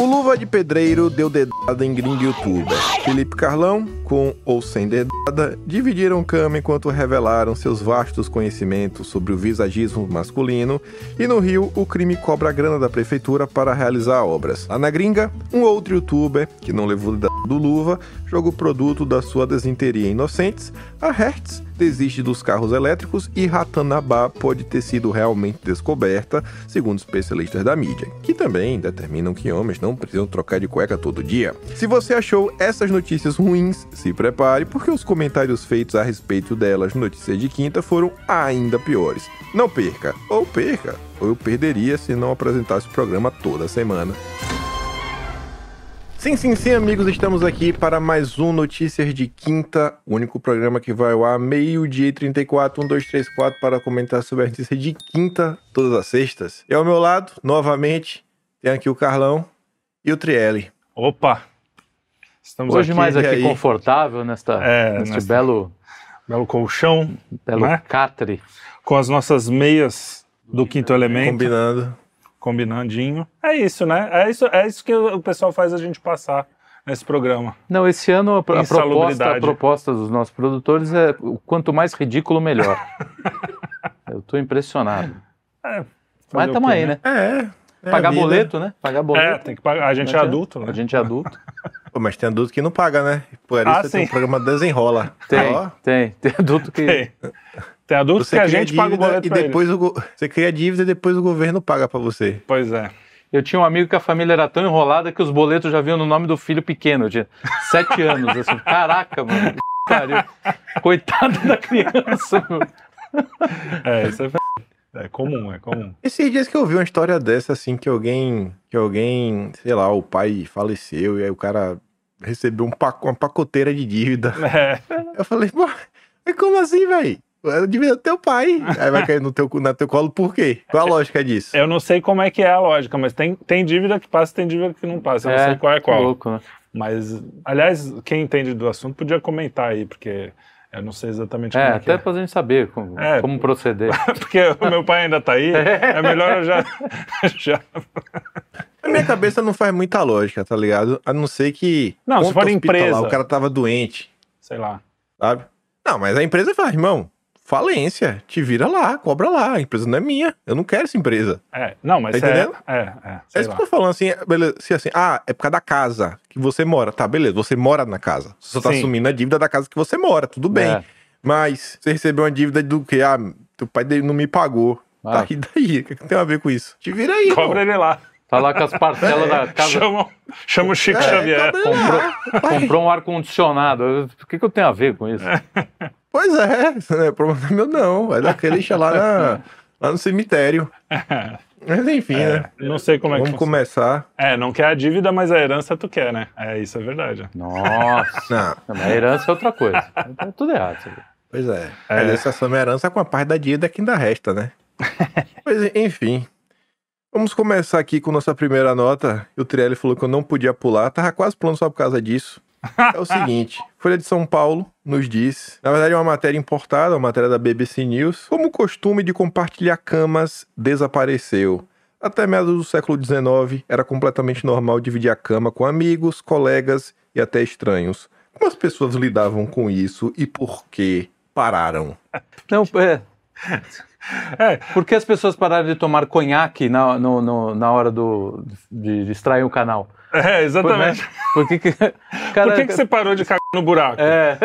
O Luva de Pedreiro deu dedada em gringo youtuber. Felipe Carlão, com ou sem dedada, dividiram cama enquanto revelaram seus vastos conhecimentos sobre o visagismo masculino e no Rio o crime cobra a grana da prefeitura para realizar obras. Lá na gringa, um outro youtuber, que não levou dedada do Luva, joga o produto da sua desinteria inocentes, a Hertz desiste dos carros elétricos e Ratanabá pode ter sido realmente descoberta, segundo especialistas da mídia, que também determinam que homens não precisam trocar de cueca todo dia. Se você achou essas notícias ruins, se prepare, porque os comentários feitos a respeito delas no Notícias de Quinta foram ainda piores. Não perca, ou perca, ou eu perderia se não apresentasse o programa toda semana. Sim, sim, sim, amigos, estamos aqui para mais um Notícias de Quinta, o único programa que vai ao ar meio-dia e um, 34, 1, 2, 3, 4, para comentar sobre a notícia de quinta, todas as sextas. E ao meu lado, novamente, tem aqui o Carlão e o Trielli. Opa! Estamos Hoje aqui, mais e aqui aí? confortável nesta, É, neste nesta- belo, belo colchão, belo Né? catre. com as nossas meias do quinto elemento, Combinando. combinandinho. É isso, né? É isso, é isso que o pessoal faz a gente passar nesse programa. Não, esse ano a, pro- a proposta, Insalubridade. a proposta dos nossos produtores é o quanto mais ridículo, melhor. Eu estou impressionado. Mas É, Fazer o estamos quê, aí, né? É. é Pagar a vida. boleto, né? Pagar É, boleto. tem que pagar. A gente é Não adulto, A né? gente é adulto. Pô, mas tem adulto que não paga, né? Por isso Ah, você tem sim. o programa Desenrola. Ó, Tem, tem. Tem adulto que. Tem, tem adulto Você que a cria gente paga o dívida boleto e pra depois o go- você cria dívida e depois o governo paga pra você. ele. Pois é. Eu tinha um amigo que a família era tão enrolada que os boletos já vinham no nome do filho pequeno, de sete anos. Assim, Caraca, mano. que Pariu. Coitado da criança, meu. É, isso é, f- é comum, é comum. Esses dias que eu vi uma história dessa, assim, que alguém, que alguém, sei lá, o pai faleceu e aí o cara recebeu um pac- uma pacoteira de dívida. É, Eu falei, pô, mas como assim, velho? É dívida do teu pai. Aí vai cair no teu, cu- na teu colo por quê? Qual a lógica disso? eu não sei como é que é a lógica, mas tem, tem dívida que passa e tem dívida que não passa. Eu não É, sei qual é qual. Louco, né? Mas, aliás, quem entende do assunto podia comentar aí, porque eu não sei exatamente É, como é que até é. pra gente saber como, É. como proceder. Porque o meu pai ainda tá aí, é melhor eu já... já... Na minha cabeça não faz muita lógica, tá ligado? A não ser que. Não, se conta for hospitalar, empresa. O cara tava doente, Sei lá. sabe? Não, mas a empresa faz, irmão. Falência. Te vira lá, cobra lá. A empresa não é minha. Eu não quero essa empresa. É, não, mas Tá é... entendendo? É, é, É sei isso lá. que eu tô falando, assim, é, beleza, se assim, ah, é por causa da casa que você mora. Tá, beleza, você mora na casa. Você só tá Sim. assumindo a dívida da casa que você mora, tudo bem. É. Mas você recebeu uma dívida do que? Ah, teu pai dele não me pagou. Ah. Tá, e daí? O que que tem a ver com isso? Te vira aí, Cobra ele lá. Falar Tá com as parcelas da casa. Chama, chama o Chico irmão. é, Xavier. cobra ele Comprou, lá, vai. comprou um ar-condicionado. Eu- O que, que eu tenho a ver com isso? Pois é, isso não é problema meu não. É daquele lixo lá, na- lá no cemitério. Mas enfim, né? Não sei como é que Vamos funciona. começar. É, não quer a dívida, mas a herança tu quer, né? É, isso é verdade. Nossa. Não, Não, mas herança é outra coisa. Tá tudo errado. isso aqui. Pois é. É. Mas essa soma herança com a parte da dívida que ainda resta, né? pois enfim. Vamos começar aqui com nossa primeira nota. O Trielli falou que eu não podia pular, tava quase pulando só por causa disso. É o seguinte, Folha de São Paulo nos diz, na verdade é uma matéria importada, uma matéria da BBC News, como o costume de compartilhar camas desapareceu. Até meados do século XIX, era completamente normal dividir a cama com amigos, colegas e até estranhos. Como as pessoas lidavam com isso e por que pararam? Não, é. É. Por que as pessoas pararam de tomar conhaque na, no- no- na hora do, de, de extrair o canal? É, Por, né? exatamente. Por que, que, cara, Por que, que você parou de cagar no buraco, É,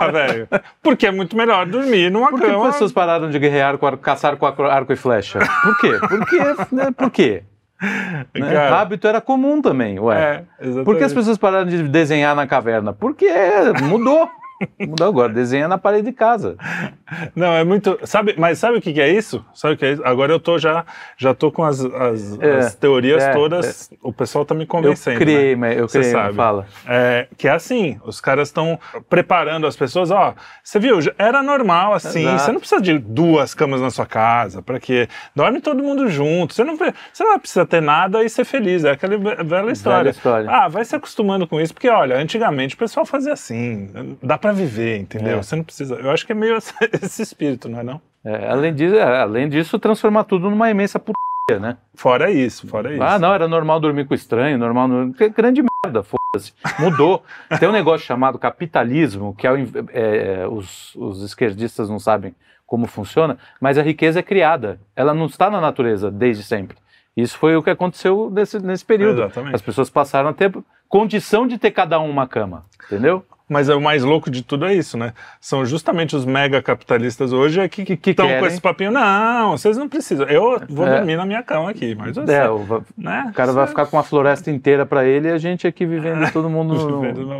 ah, velho? Porque é muito melhor dormir numa por que que cama. as pessoas pararam de guerrear, com ar- caçar com ar- arco e flecha? Por quê? Por quê? né? Por quê? Né? Cara, Hábito era comum também, ué. é, exatamente. Por que as pessoas pararam de desenhar na caverna? Porque mudou. mudou agora, desenha na parede de casa. Não, é muito. Sabe, mas sabe o que, que é isso? Sabe o que é isso? Agora eu tô já, já tô com as, as, É, as teorias é, todas. O pessoal tá me Eu convencendo. né? criei, mas eu Você criei, sabe. fala. É, que é assim, os caras estão preparando as pessoas, ó, você viu, já- era normal assim, Exato. você não precisa de duas camas na sua casa, pra quê? Dorme todo mundo junto, você não, pre- você não precisa ter nada e ser feliz, é aquela be- velha história. história. Ah, vai se acostumando com isso, porque olha, antigamente o pessoal fazia assim, dá pra viver, entendeu? É. Você não precisa, eu acho que é meio esse- esse espírito, não é não? É, além, disso, é, além disso, transformar tudo numa imensa puta né? Fora isso, fora isso. Ah, não, era normal dormir com estranho, normal. no- Que Grande merda, foda-se. Mudou. Tem um negócio chamado capitalismo, que é o in- é, é, os, os esquerdistas não sabem como funciona, mas a riqueza é criada. Ela não está na natureza desde sempre. Isso foi o que aconteceu nesse, nesse período. Exatamente. As pessoas passaram a ter condição de ter cada um uma cama, entendeu? Mas é o mais louco de tudo é isso, né? São justamente os mega capitalistas hoje é que que estão com querem. esse papinho. Não, vocês não precisam. Eu vou É. dormir na minha cama aqui, mas você, É, o, va- né? o cara vai ficar com uma floresta inteira para ele e a gente aqui vivendo todo mundo. no-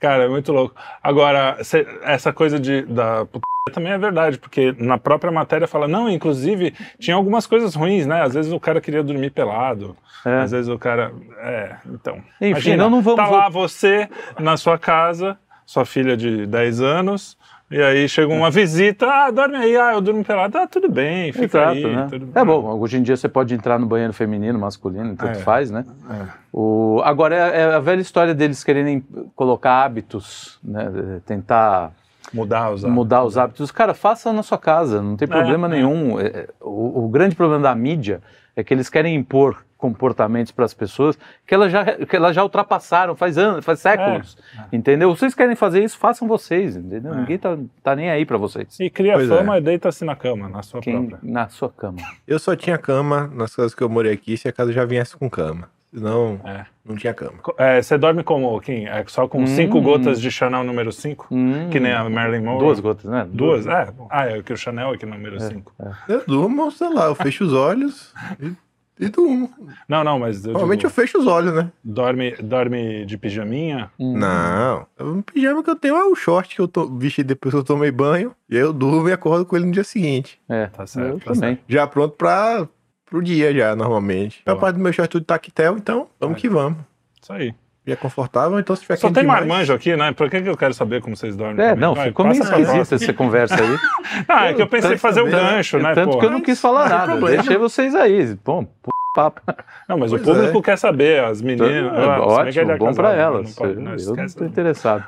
Cara, é muito louco. Agora, cê- essa coisa de, da putaria também é verdade, porque na própria matéria fala, não, inclusive, tinha algumas coisas ruins, né? Às vezes o cara queria dormir pelado, É. às vezes o cara... É, então... Enfim, não- não vamos Tá lá você, na sua casa, sua filha de 10 anos... E aí chega uma visita, ah, dorme aí, ah, eu durmo pelado, ah, tudo bem, fica Exato, aí. né? tudo É bom, hoje em dia você pode entrar no banheiro feminino, masculino, tanto É. faz, né? É. O, agora, é, é a velha história deles quererem colocar hábitos, né? Tentar Mudar os hábitos. mudar os hábitos. Cara, faça na sua casa, não tem problema Tá. é. nenhum. É, é, O, o grande problema da mídia é que eles querem impor comportamentos para as pessoas que elas já, que elas já ultrapassaram faz anos, faz É. séculos, entendeu? Vocês querem fazer isso, façam vocês, entendeu? É. Ninguém tá, tá nem aí para vocês. E cria Pois é. fama e deita-se na cama, na sua Quem própria. na sua cama. Eu só tinha cama nas casas que eu morei aqui se a casa já viesse com cama. Senão, É. não tinha cama. Co- é, você dorme como, Kim? É só com Hum. cinco gotas de Chanel número 5? Hum. Que nem a Marilyn Monroe? Duas gotas, né? Duas? É. Ah, é que o Chanel é que número 5. Eu durmo, sei lá, eu fecho os olhos e, e durmo. Não, não, mas eu Normalmente eu digo, fecho os olhos, né? dorme, dorme de pijaminha? Hum. Não. O pijama que eu tenho é o short que eu to- vesti depois que eu tomei banho. E aí eu durmo e acordo com ele no dia seguinte. É, Tá certo, Eu tá também. Já pronto pra, pro dia já, normalmente. A Boa. parte do meu short é tudo tactel, então vamos que vamos. Isso aí. E é confortável, então se tiver Só quente tem demais- marmanjo aqui, né? Por que, que eu quero saber como vocês dormem? É, também? não, Vai, ficou meio passa pra esquisita essa conversa aí. É próxima. Ah, é que eu pensei em fazer um Tanto também, né? gancho, né? Tanto que porra? eu não quis falar tem nada. problema. Deixei vocês aí. Bom, p... papo. Não, mas o Pois público é. quer saber, as meninas. É, Ah, se bem que ele ótimo, é bom casado, pra né? ela. Não pode, não, eu não esquece. tô interessado.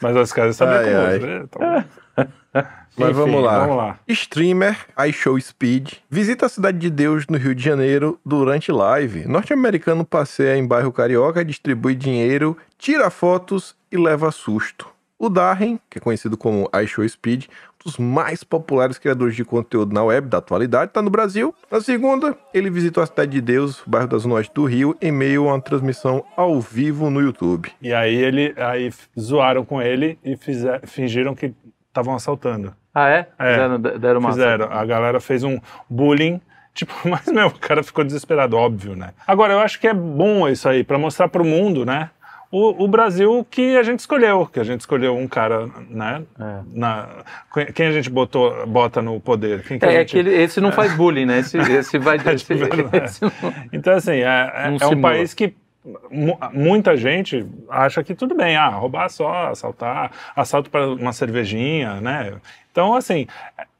Mas as casas sabem Ai, como. ai. né? Então, Mas enfim, vamos lá. Vamos lá. Streamer iShow Speed visita a Cidade de Deus no Rio de Janeiro durante live. Norte-americano passeia em bairro carioca, distribui dinheiro, tira fotos e leva susto. O Darren, que é conhecido como iShow Speed, um dos mais populares criadores de conteúdo na web da atualidade, está no Brasil. Na segunda, ele visitou a Cidade de Deus, bairro das Norte do Rio, em meio a uma transmissão ao vivo no YouTube. E aí ele aí f- zoaram com ele e fize- fingiram que estavam assaltando. Ah, é? É. Fizeram, de- deram uma. Fizeram. A galera fez um bullying. Tipo, mas meu, o cara ficou desesperado, óbvio, né? Agora, eu acho que é bom isso aí, pra mostrar pro mundo, né? O, o Brasil que a gente escolheu, que a gente escolheu um cara, né? É. Na, quem a gente botou, bota no poder? Quem que a É, é gente... que ele- esse não faz bullying, né? Esse, esse vai. Esse, verdade. esse não- Então, assim, é, é- é Não um simula. país que mu- muita gente acha que tudo bem, ah, roubar só, assaltar, assalto para uma cervejinha, né? Então, assim,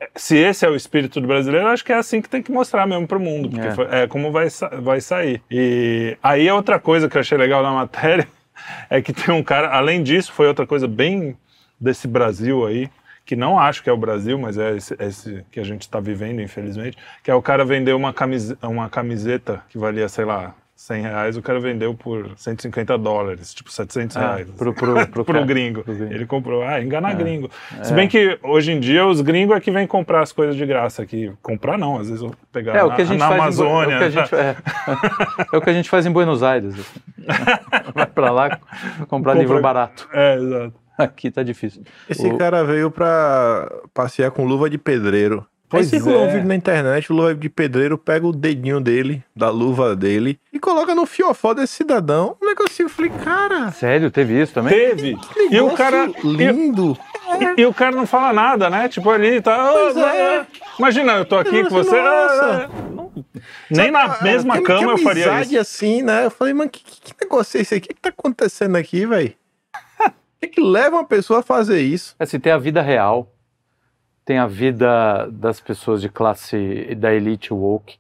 é- se esse é o espírito do brasileiro, eu acho que é assim que tem que mostrar mesmo para o mundo, porque É. foi- é, como vai, sa- vai sair. E aí, é outra coisa que eu achei legal na matéria é que tem um cara, além disso, foi outra coisa bem desse Brasil aí, que não acho que é o Brasil, mas é esse, esse que a gente está vivendo, infelizmente, que é o cara vender uma camiseta, uma camiseta que valia, sei lá, 100 reais, o cara vendeu por 150 dólares, tipo 700 Ah, reais. pro- pro- pro cara. É. gringo. Pro gringo. Ele comprou, ah, engana gringo. Se bem que hoje em dia os gringos é que vêm comprar as coisas de graça aqui. Comprar não, às vezes eu vou pegar É na, o que a gente na faz. Amazônia. né? Em, Bu- é, o que a gente, é, é o que a gente faz em Buenos Aires. assim. Vai pra lá comprar livro barato. É, exato. Aqui tá difícil. Esse O- cara veio pra passear com luva de pedreiro. Pois Aí circulou é. um vídeo na internet, o luva de pedreiro pega o dedinho dele, da luva dele, e coloca no fiofó desse cidadão. Um negocinho, eu falei, cara, Sério, teve isso também? Teve. que E o negócio cara. e- lindo. E, e o cara não fala nada, né? Tipo, ali tá. Pois "Ah, é. ah, Imagina, eu tô aqui com você. Nossa. ah, ah, não. Nem na Cara, mesma ah, que- que cama eu faria amizade isso. assim, né? Eu falei, mano, que, que, que negócio é esse aqui? O que tá acontecendo aqui, velho? O que, que leva uma pessoa a fazer isso? Assim, tem a vida real, tem a vida das pessoas de classe da elite woke,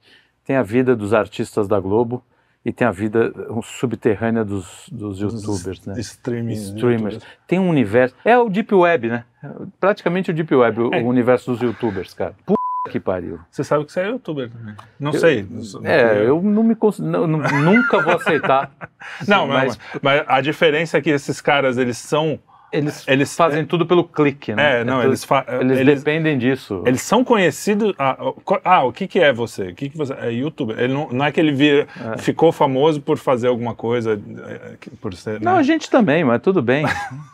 tem a vida dos artistas da Globo e tem a vida um, subterrânea dos, dos youtubers, né? Streaming. Streamers. Tem um universo. É o Deep Web, né? Praticamente o Deep Web, o, É. o universo dos youtubers, cara. Puta que pariu. Você sabe que você é youtuber também. Não sei. É, eu não me cons... não, não- nunca vou aceitar. Não, Sim, mas, mas a diferença é que esses caras, eles são. eles, eles- fazem tudo pelo clique, né? É, não, tudo- eles, fa- eles, eles, dependem disso. eles são conhecidos. Ah, o- co- ah, o que, que é você? O que, que você é youtuber? Ele não, não é que ele vira- ficou famoso por fazer alguma coisa, é, é, que- por ser. Não, né? a gente também, mas tudo bem.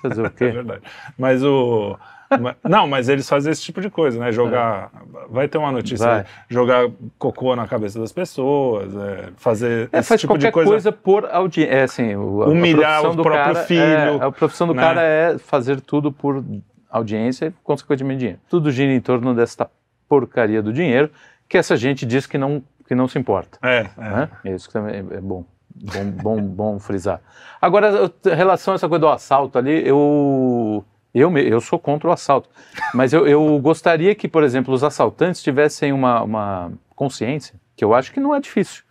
Fazer o É quê? verdade. Mas o. ma- Não, mas eles fazem esse tipo de coisa, né? Jogar. Vai ter uma notícia. Vai. aí. Jogar cocô na cabeça das pessoas, é, fazer É, esse faz tipo de qualquer coisa. coisa, por audiência. É, assim, o, a- a Humilhar profissão o do próprio cara, filho, É, a profissão do né? cara é fazer tudo por audiência e, consequentemente, dinheiro. Tudo gira em torno desta porcaria do dinheiro que essa gente diz que não, que não se importa. É, é. né? É. Isso que também é é bom. Bom, bom, bom frisar. Agora, eu- em relação a essa coisa do assalto ali, eu. Eu, me- eu sou contra o assalto. Mas eu, eu gostaria que, por exemplo, os assaltantes tivessem uma, uma consciência, que eu acho que não é difícil.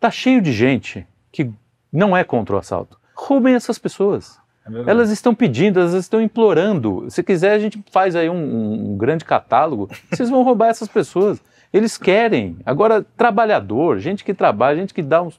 Tá cheio de gente que não é contra o assalto. Roubem essas pessoas. É verdade. Elas estão pedindo, elas estão implorando. Se quiser, a gente faz aí um, um- um grande catálogo. Vocês vão roubar essas pessoas. Eles querem. Agora, trabalhador, gente que trabalha, gente que dá um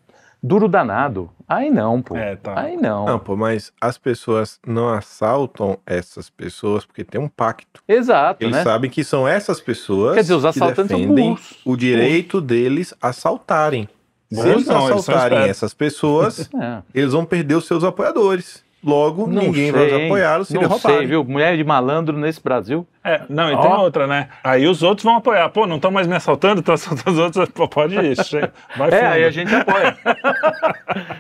duro danado. Aí não, pô. É, tá. Aí não. Não, pô, mas as pessoas não assaltam essas pessoas porque tem um pacto. Exato, Eles né? sabem que são essas pessoas Quer dizer, os assaltantes que são defendem burros. o direito deles assaltarem. Se Burros eles não, eles são assaltarem espertos. essas pessoas, É. eles vão perder os seus apoiadores. Logo, Não ninguém sei, vai os apoiá-los se não ele roubar. sei, viu? Mulher de malandro nesse Brasil. É, não, e Ó. tem uma outra, né? Aí os outros vão apoiar. Pô, não estão mais me assaltando, estão assaltando os outros. Pô, pode ir, chega. Vai É, fundo. aí a gente apoia.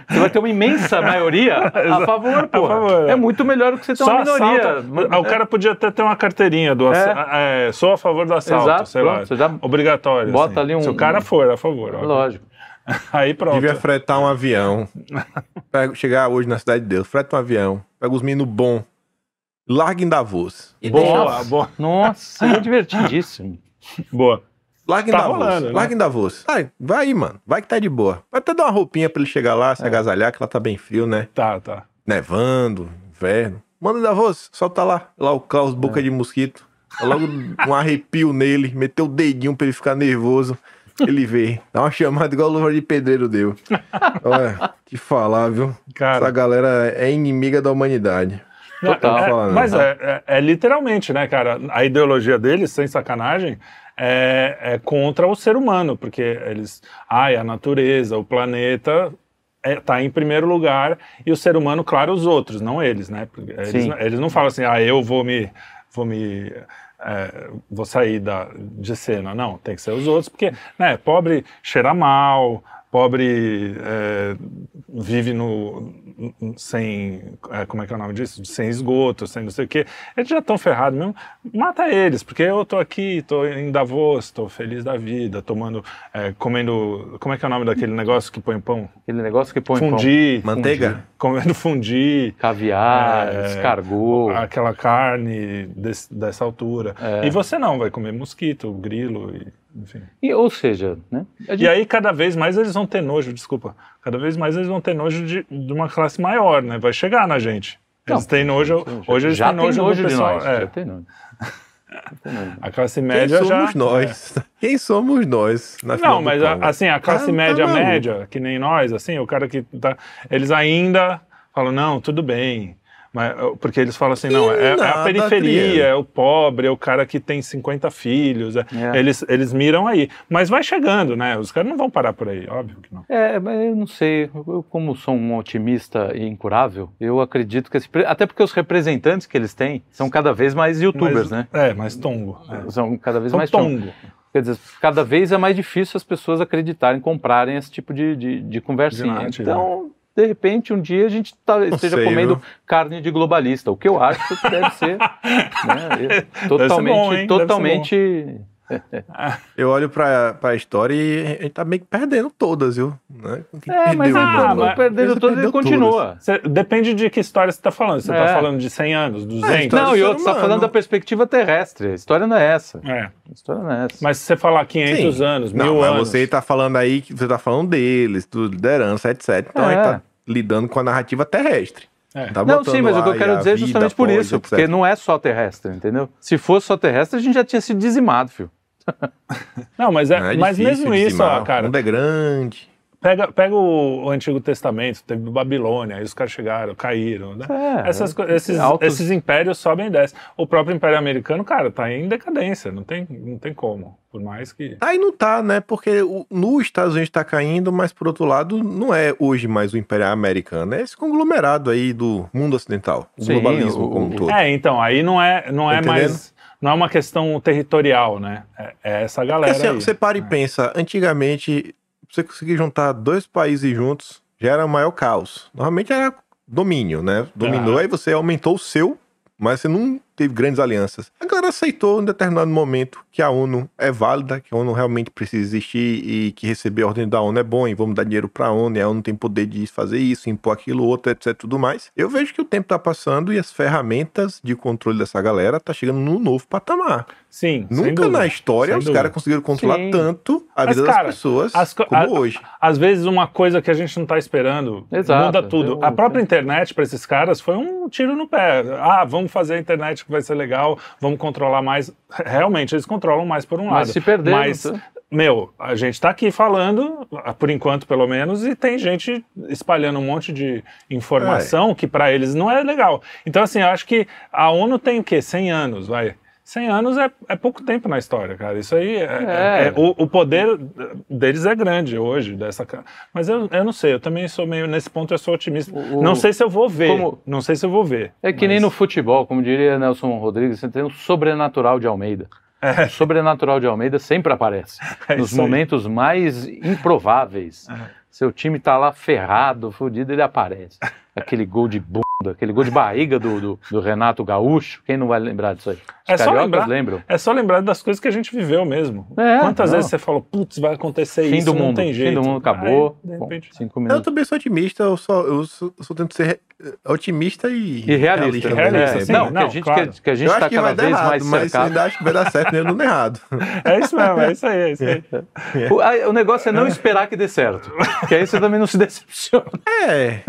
você vai ter uma imensa maioria a favor, pô. favor, é. É muito melhor do que você ter Só uma minoria. É. assalta. Ah, O cara podia até ter uma carteirinha do assalto. é, sou a favor do assalto, Exato, sei lá. pronto, você já Obrigatório. bota assim. ali um- Se o cara for a favor, ó. Lógico. Aí pronto. Devia fretar um avião. Pega- chegar hoje na Cidade de Deus, freta um avião, pega os meninos bom, larga em Davos. Boa, boa, Nossa, é divertidíssimo. boa. Larga em Tá Davos. rolando, né? larga em Davos. Vai, vai aí, mano. Vai que tá de boa. Vai até dar uma roupinha pra ele chegar lá, É. se agasalhar, que lá tá bem frio, né? Tá, tá. Nevando, inverno. Manda um em Davos, solta tá lá. Lá o Klaus, boca É. de mosquito. Dá Logo um arrepio nele, meteu o dedinho pra ele ficar nervoso. Ele vê. Dá uma chamada igual a luva de pedreiro deu. Olha, te falar, viu? Cara. Essa galera é inimiga da humanidade. Não, Total. é- Fala, né? mas é, é- é literalmente, né, cara? A ideologia deles, sem sacanagem, é, é contra o ser humano, porque eles. Ai, a natureza, o planeta. É, tá em primeiro lugar e o ser humano, claro, os outros, não eles, né? Porque Eles, Sim. não- eles não falam assim, ah, eu vou me, vou me, é, vou sair da, de cena. Não, tem que ser os outros, porque, né? Pobre cheira mal, pobre é, vive no sem é, como é que é o nome disso sem esgoto sem não sei o quê eles já estão ferrados mesmo mata eles porque eu tô aqui tô em Davos tô feliz da vida tomando é, comendo como é que é o nome daquele negócio que põe pão Aquele negócio que põe pão, fundi Manteiga? fundi. comendo fundi caviar, É. escargot. aquela carne des- dessa altura É. e você não vai comer mosquito grilo e, enfim E, ou seja, né? a gente- E aí, cada vez mais eles vão ter nojo, desculpa. Cada vez mais eles vão ter nojo de, de uma classe maior, né? Vai chegar na gente. Eles Não, têm nojo. Hoje eles já têm nojo, tem nojo do de pessoal. nós. é. Já tem nojo. Já tem nojo. a classe Quem média somos já. é. nós? Quem somos nós? na fila Não, do mas a- pão? assim, a classe Tá- tá média maluco. média, que nem nós, assim, o cara que tá. Eles ainda falam, não, tudo bem. Mas, ó, porque eles falam assim, não, é, é a nada, periferia, Adriano. é o pobre, é o cara que tem 50 filhos. é- É. Eles, eles miram aí. Mas vai chegando, né? Os caras não vão parar por aí, óbvio que não. É, mas eu não sei. Eu, como sou um otimista e incurável, eu acredito que esse. pre- Até porque os representantes que eles têm são cada vez mais youtubers, Mas- né? É, mas tongo. é. São cada vez São mais tongo. Quer dizer, cada vez é mais difícil as pessoas acreditarem, comprarem esse tipo de, de, de conversinha. De narrativa. então, de repente, um dia a gente tá- esteja sei, comendo viu? carne de globalista, o que eu acho que deve ser né, totalmente, bom, hein? Deve ser totalmente Eu olho pra, pra história e a gente tá meio que perdendo todas, viu? Né? É, mas Perdeu ele uma, Ah, mano. continua mas- perdendo Beleza, todo, ele perdeu continua. Cê- depende de que história você está falando. Você está É. então- falando de 100 anos, 200? história- Não, e ser outro, você está humano. falando da perspectiva terrestre. A história não é essa. É. A história não é essa. Mas se você falar 500 Sim. anos, Não, mil mas anos... você tá falando aí que você tá falando deles, do liderança, etc. Então a É. gente tá lidando com a narrativa terrestre. É. Tá não, botando sim, mas o que lá eu quero a dizer é vida justamente por após, isso, etc. porque não é só terrestre, entendeu? Se fosse só terrestre, a gente já tinha sido dizimado, filho. Não, mas, é, Não, é mas difícil mesmo de isso, ó, dizimar. O cara, mundo é grande. pega, pega o, o Antigo Testamento, teve Babilônia, aí os caras chegaram, caíram, né? É, Essas co- esses, altos- esses impérios sobem e descem. O próprio Império Americano, cara, tá em decadência, não tem, não tem como. Por mais que. Aí não tá, né? Porque o- nos Estados Unidos tá caindo, mas por outro lado, não é hoje mais o Império Americano, é esse conglomerado aí do mundo ocidental, o Sim, globalismo o- como um o- todo. É, então, aí não é, não é Tá Entendendo? mais. Não é uma questão territorial, né? É, é essa galera. Porque se aí. você para e pensa, antigamente, você conseguir juntar dois países juntos já era o maior caos. Normalmente era domínio, né? Dominou, Aham. aí você aumentou o seu, mas você não teve grandes alianças. A galera aceitou em determinado momento que a ONU é válida, que a ONU realmente precisa existir e que receber a ordem da ONU é bom e vamos dar dinheiro pra ONU e a ONU tem poder de fazer isso, impor aquilo, outro, etc, tudo mais. Eu vejo que o tempo tá passando e as ferramentas de controle dessa galera tá chegando num novo patamar. Sim, sem Nunca dúvida, na história sem os dúvida. caras conseguiram controlar Sim. tanto a Mas, vida cara, das pessoas as co- como a- hoje. Hum. Às vezes uma coisa que a gente não tá esperando Exato, muda tudo. tem um- a própria internet para esses caras foi um tiro no pé. Ah, vamos fazer a internet que vai ser legal, vamos controlar mais. Realmente, eles controlam mais por um Mas lado. se perderam, Mas, tá? meu, a gente tá aqui falando, por enquanto pelo menos, e tem gente espalhando um monte de informação que para eles não é legal. Então, assim, eu acho que a ONU tem o quê? 100 anos, vai. 100 anos é, é pouco tempo na história, cara. Isso aí é, É. é- o, o poder deles é grande hoje, dessa ca- Mas eu, eu não sei, eu também sou meio. Nesse ponto eu sou otimista. O- o- não sei se eu vou ver. como- Não sei se eu vou ver. É que nem no futebol, como diria Nelson Rodrigues, você tem o sobrenatural de Almeida. O sobrenatural de Almeida sempre aparece. É nos isso aí. É. momentos mais improváveis. Seu time tá lá ferrado, fudido, ele aparece. Aquele gol de bunda, aquele gol de barriga do, do- do Renato Gaúcho. Quem não vai lembrar disso aí? Os É só cariocas lembrar. lembram. É só lembrar das coisas que a gente viveu mesmo. É, Quantas não. vezes você fala, putz, vai acontecer Fim É isso, do não mundo. tem jeito. Fim do mundo acabou. Aí, de Bom, repente- cinco Eu minutos. também sou otimista, eu só, eu sou, eu só tento ser eh, otimista e, E realista. né? realista, É, sim. Não, bom. que a não, gente, claro. que, que a gente eu acho tá que vai cada dar vez errado, mais mas cercado. ainda acho que vai dar certo mesmo, não dá errado. É isso mesmo, é isso aí, é isso aí. O, a- o negócio é não esperar que dê certo. Porque aí você também não se decepciona. É, É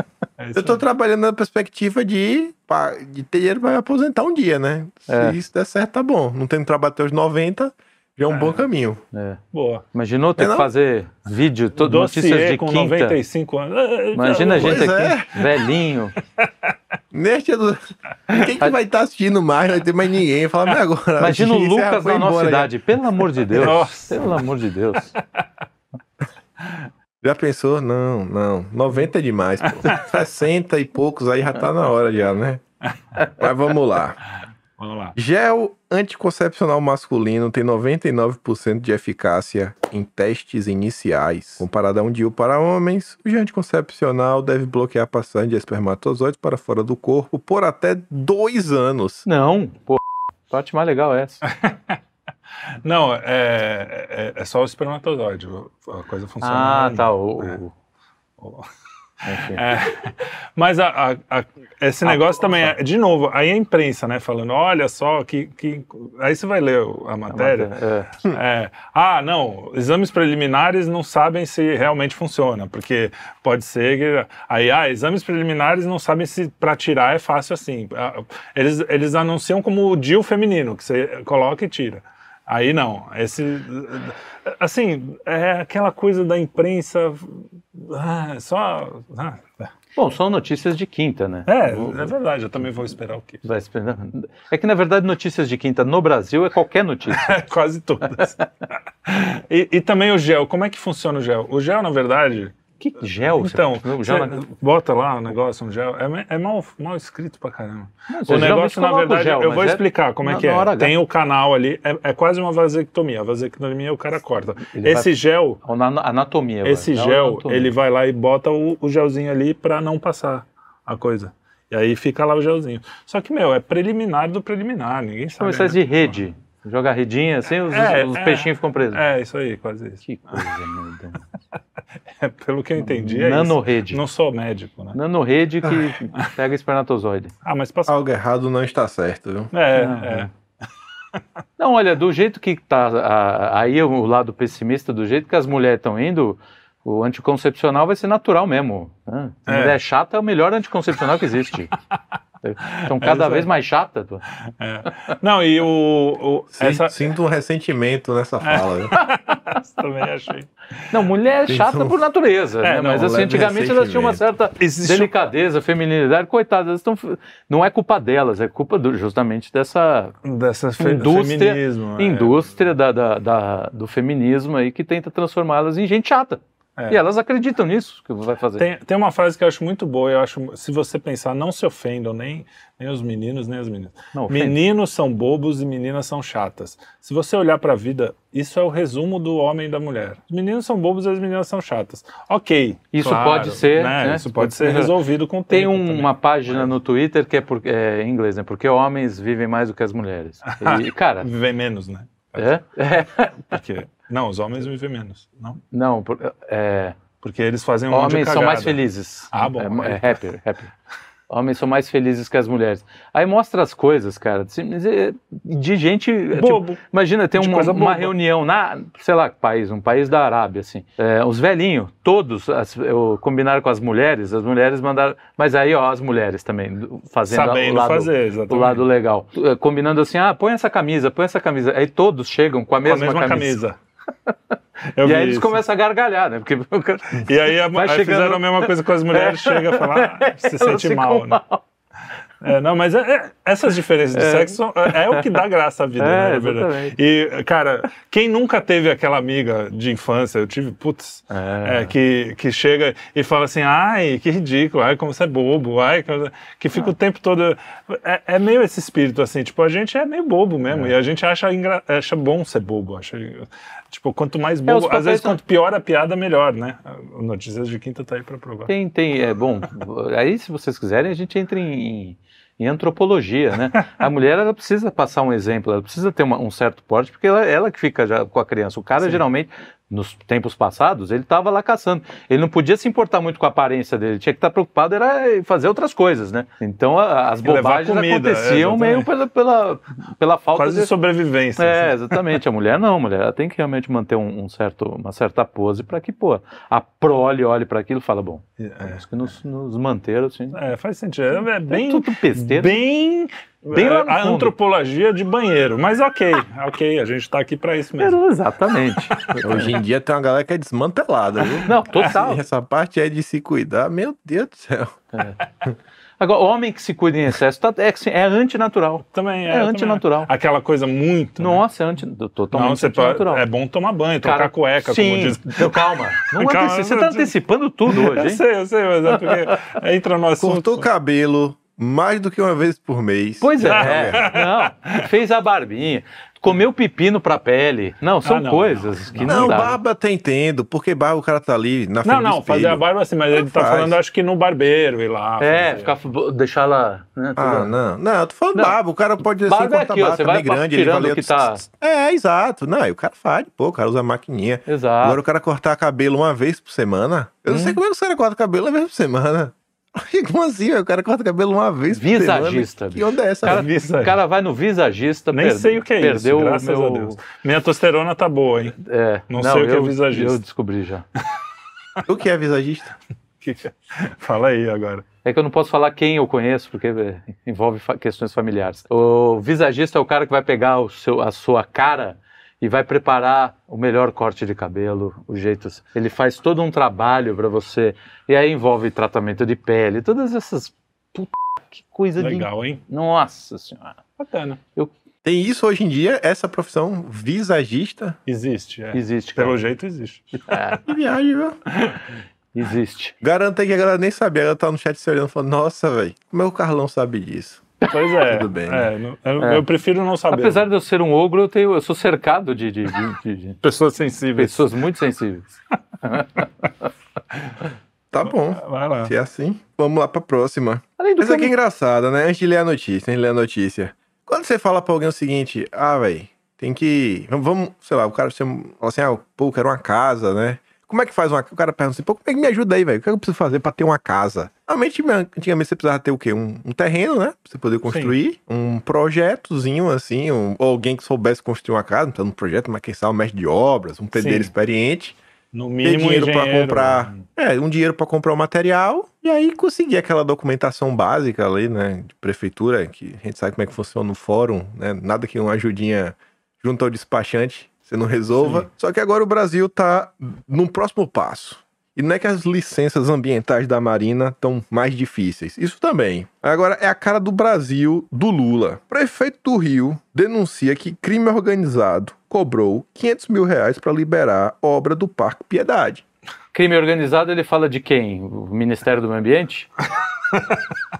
isso eu tô aí. trabalhando na perspectiva de, pá, de ter dinheiro pra me aposentar um dia, né? Se É. isso der certo, tá bom. Não tendo trabalho até os 90, já é um bom caminho. É. Boa. Imaginou É, ter Não. que fazer vídeo, todo, Dossiê notícias de com quinta. 95 anos. Ah, Imagina a não, gente Pois aqui, é. velhinho. Tá Neste do... Quem que vai estar assistindo mais? Não vai ter mais ninguém. Fala, mas agora. Imagina o Isso é, já Lucas foi na nossa embora, já. idade. Pelo amor de Deus. Nossa. Pelo amor de Deus. Já pensou? Não, não. 90 é demais, pô. 60 e poucos aí já tá na hora já, né? Mas vamos lá. Vamos lá. Gel anticoncepcional masculino tem 99% de eficácia em testes iniciais. Comparado a um DIU para homens, o gel anticoncepcional deve bloquear a passagem de espermatozoides para fora do corpo por até dois anos. Não, pô. Parte mais legal é essa. Não, é, é, é só o espermatozoide. A coisa funciona. Ah, tá. O, É. o- O- enfim. É, mas a- a- a- esse Ah, negócio também, é, de novo, aí a imprensa, né, falando, olha só, que, que... aí você vai ler o- a matéria, É. É, ah, não, exames preliminares não sabem se realmente funciona, porque pode ser que. Aí, ah, exames preliminares não sabem se para tirar é fácil assim. Ah, Eles, eles anunciam como o DIL feminino, que você coloca e tira. Aí não, esse. Assim, é aquela coisa da imprensa. ah, só. ah, Bom, são notícias de quinta, né? é, é verdade, eu também vou esperar o quê? Vai esperar. É que, na verdade, notícias de quinta no Brasil é qualquer notícia. Quase todas. e, e também o gel, como é que funciona o gel? O gel, na verdade. Que gel? você- Então, É o gel na- cê bota lá o negócio, um gel. É, me- é mal, mal escrito pra caramba. cê o geralmente negócio, na coloca o verdade, gel, eu mas vou é explicar como é na- que na é. hora H. Tem o canal ali, é, é quase uma vasectomia. A vasectomia o cara corta. Ele esse gel, ana- Anatomia. agora. esse É uma gel, anatomia. ele vai lá e bota o, o gelzinho ali pra não passar a coisa. E aí fica lá o gelzinho. Só que, meu, é preliminar do preliminar, ninguém É uma sabe. espécie né? de rede. Joga a redinha assim, os, É, os é. peixinhos ficam presos. É, isso aí, quase isso. Que coisa, meu Deus. É, pelo que eu entendi, é Nanorede. isso. Não sou médico, né? Nanorede que pega espermatozoide. Ah, mas passou. Algo errado não está certo, viu? É, Ah. é. Não, olha, do jeito que tá a- aí o lado pessimista, do jeito que as mulheres estão indo, o anticoncepcional vai ser natural mesmo. né? Se É. mulher é chata, é o melhor anticoncepcional que existe. Então, cada vez mais chata. pô. É. Não, e o. o Sim, essa. Sinto um ressentimento nessa fala. viu? também achei. Não, mulher é chata Então- por natureza, É, né? não, Mas assim, leve antigamente elas tinham uma certa Existe- delicadeza, feminilidade. Coitadas, elas estão. Não é culpa delas, é culpa do- justamente dessa Dessa um fe Indústria- feminismo. é. indústria da, da- da- do feminismo aí que tenta transformá-las em gente chata. É. E elas acreditam nisso que vai fazer. Tem, tem uma frase que eu acho muito boa, eu acho, se você pensar, não se ofendam nem, nem os meninos, nem as meninas. Não, ofende. Meninos são bobos e meninas são chatas. Se você olhar pra vida, isso é o resumo do homem e da mulher. Os meninos são bobos e as meninas são chatas. Ok. Isso claro, pode ser, né? Isso pode ser resolvido com o Tem tempo um- também. uma página no Twitter que é, por, é, em inglês, né? Porque homens vivem mais do que as mulheres. E, cara, Vivem menos, né? é? É. Porque... Não, os homens vivem menos, não? Não, por- é, Porque eles fazem um monte de homens são mais cagada. felizes. Ah, bom, É, aí. é happier, happier. Homens são mais felizes que as mulheres. Aí mostra as coisas, cara, de, de gente. é, tipo, Bobo. Imagina, tem De uma, coisa uma boba. reunião na, sei lá, que país, um país da Arábia, assim. É, os velhinhos, todos, as, eu, combinaram com as mulheres, as mulheres mandaram. Mas aí, ó, as mulheres também, do- fazendo o Sabendo lado, fazer, o exatamente. lado legal. É, Combinando assim, ah, põe essa camisa, põe essa camisa. Aí todos chegam com a com a mesma, mesma camisa. camisa. Eu E vi aí eles isso. começam a gargalhar, né? Porque o cara- E aí, a- Vai aí chegando- fizeram a mesma coisa com as mulheres, chega a falar, ah, se elas sente ficam mal, né? É, não, mas é- é- essas diferenças de sexo é, é o que dá graça à vida, É, né? na verdade. exatamente. E, cara, quem nunca teve aquela amiga de infância, eu tive, putz, É. é, que, que chega e fala assim, ai, que ridículo, ai, como você é bobo, ai, que, que fica Ah. o tempo todo. É, é meio esse espírito, assim, tipo, a gente é meio bobo mesmo, e a gente acha, engra- acha bom ser bobo. Acha, tipo, quanto mais É, os bobo, às papéis vezes são- quanto pior a piada, melhor, né? O Notícias de Quinta tá aí pra provar. Tem, tem, é bom. Aí, se vocês quiserem, a gente entra em, em antropologia, né? A mulher, ela precisa passar um exemplo, ela precisa ter uma- um certo porte, porque ela, ela que fica já com a criança. O cara, Sim. geralmente, nos tempos passados, ele estava lá caçando. Ele não podia se importar muito com a aparência dele, tinha que estar preocupado era em fazer outras coisas, né? Então, a- as E levar bobagens comida, aconteciam é, meio pela, pela, pela falta Quase de... sobrevivência. assim. É, exatamente. A mulher não, a mulher ela tem que realmente manter um, um certo, uma certa pose para que, pô, a prole olhe para aquilo e fala, bom, É. Acho que nos, nos manteram assim. É, faz sentido. É Bem, bem. tudo besteira. Bem. Bem lá no É, a fundo. antropologia de banheiro. Mas ok, ok, a gente tá aqui pra isso mesmo. É, Exatamente. Hoje em dia tem uma galera que é desmantelada, viu? Não, total. E Essa parte é de se cuidar, meu Deus do céu. Agora, homem que se cuida em excesso tá, é, assim, é antinatural. Também é. É também antinatural. Aquela coisa muito. né? Nossa, é anti, totalmente Não, você pode, antinatural. é bom tomar banho, trocar Cara, cueca, sim, como diz. Então, calma. Não Calma, anteci- você está eu- antecipando tudo Eu hoje, hein? sei, eu sei, mas é porque entra no assunto. Cortou o cabelo mais do que uma vez por mês. Pois é. Ah, Não, fez a barbinha, comeu pepino pra pele. Não, são Ah, não, coisas que não, Não, dá. barba tá entendo, porque barba o cara tá ali na frente Não, não, do espelho. fazer a barba assim, mas ele tá faz. falando, acho que no barbeiro e lá. É, fazer. ficar, deixar ela... é Né, Ah, toda- não. Não, eu tô falando Não. barba. O cara pode assim, Barba é cortar aqui, ó, barba você também vai grande, ele tirando vai ali, o que tá- É, exato. Não, e o cara faz, pô, o cara usa a maquininha. Exato. Agora o cara cortar cabelo uma vez por semana. Eu não Hum. sei como é que o cara corta cabelo uma vez por semana. Como assim, velho? O cara corta cabelo uma vez por semana. Visagista, Que bicho. onda é essa? Cara, velho? Visagista. o cara vai no visagista, Nem perde- sei o que é perdeu isso, o graças meu- a Deus. Minha testosterona tá boa, hein? É, Não sei o que é visagista. Eu descobri já. O que é visagista? Que- Fala aí agora. É que eu não posso falar quem eu conheço, porque é, envolve fa- questões familiares. O visagista é o cara que vai pegar o seu- a sua cara e vai preparar o melhor corte de cabelo, o jeito. Ele faz todo um trabalho pra você. E aí envolve tratamento de pele, todas essas. Puta, que coisa Legal, hein? de. Nossa senhora. Bacana. Tem isso hoje em dia, essa profissão visagista? Existe, é. Existe, cara. Pelo jeito existe. É, Que viagem, viu? existe. Garanto aí que a galera nem sabia, ela tá no chat se olhando e falando, nossa, velho, como é que o Carlão sabe disso? Pois é. Tudo bem, né? é, não- eu, eu prefiro não saber. né? Apesar de eu ser um ogro, eu, tenho- eu sou cercado de- de- de- de, de pessoas sensíveis. pessoas muito sensíveis. Tá bom. Vai lá. Se é assim, vamos lá pra próxima. Além do Essa aqui que é eu não- engraçada, né? Antes de ler a notícia, antes de ler a notícia. Quando você fala pra alguém o seguinte, ah, velho, tem que. Vamos, vamos, sei lá, o cara chama- fala assim, ah, pô, eu quero uma casa, né? Como é que faz uma O cara pergunta assim, pô, como é que me ajuda aí, velho? O que eu preciso fazer pra ter uma casa? Realmente, antigamente você precisava ter o quê? Um, um terreno, né? Pra você poder construir. Um projetozinho, assim, então, um- ou alguém que soubesse construir uma casa, não precisa de um projeto, mas quem sabe um mestre de obras, um pedreiro Sim. experiente. No ter mínimo, dinheiro para engenheiro. né? comprar, é, um dinheiro para comprar o material e aí conseguir aquela documentação básica ali, né, de prefeitura, que a gente sabe como é que funciona no fórum, né? Nada que uma ajudinha junto ao despachante você não resolva. Sim. Só que agora o Brasil tá num próximo passo. E não é que as licenças ambientais da Marina estão mais difíceis. Isso também. Agora é a cara do Brasil do Lula. Prefeito do Rio denuncia que crime organizado cobrou 500 mil reais para liberar obra do Parque Piedade. Crime organizado, ele fala de quem? O Ministério do Meio Ambiente? né?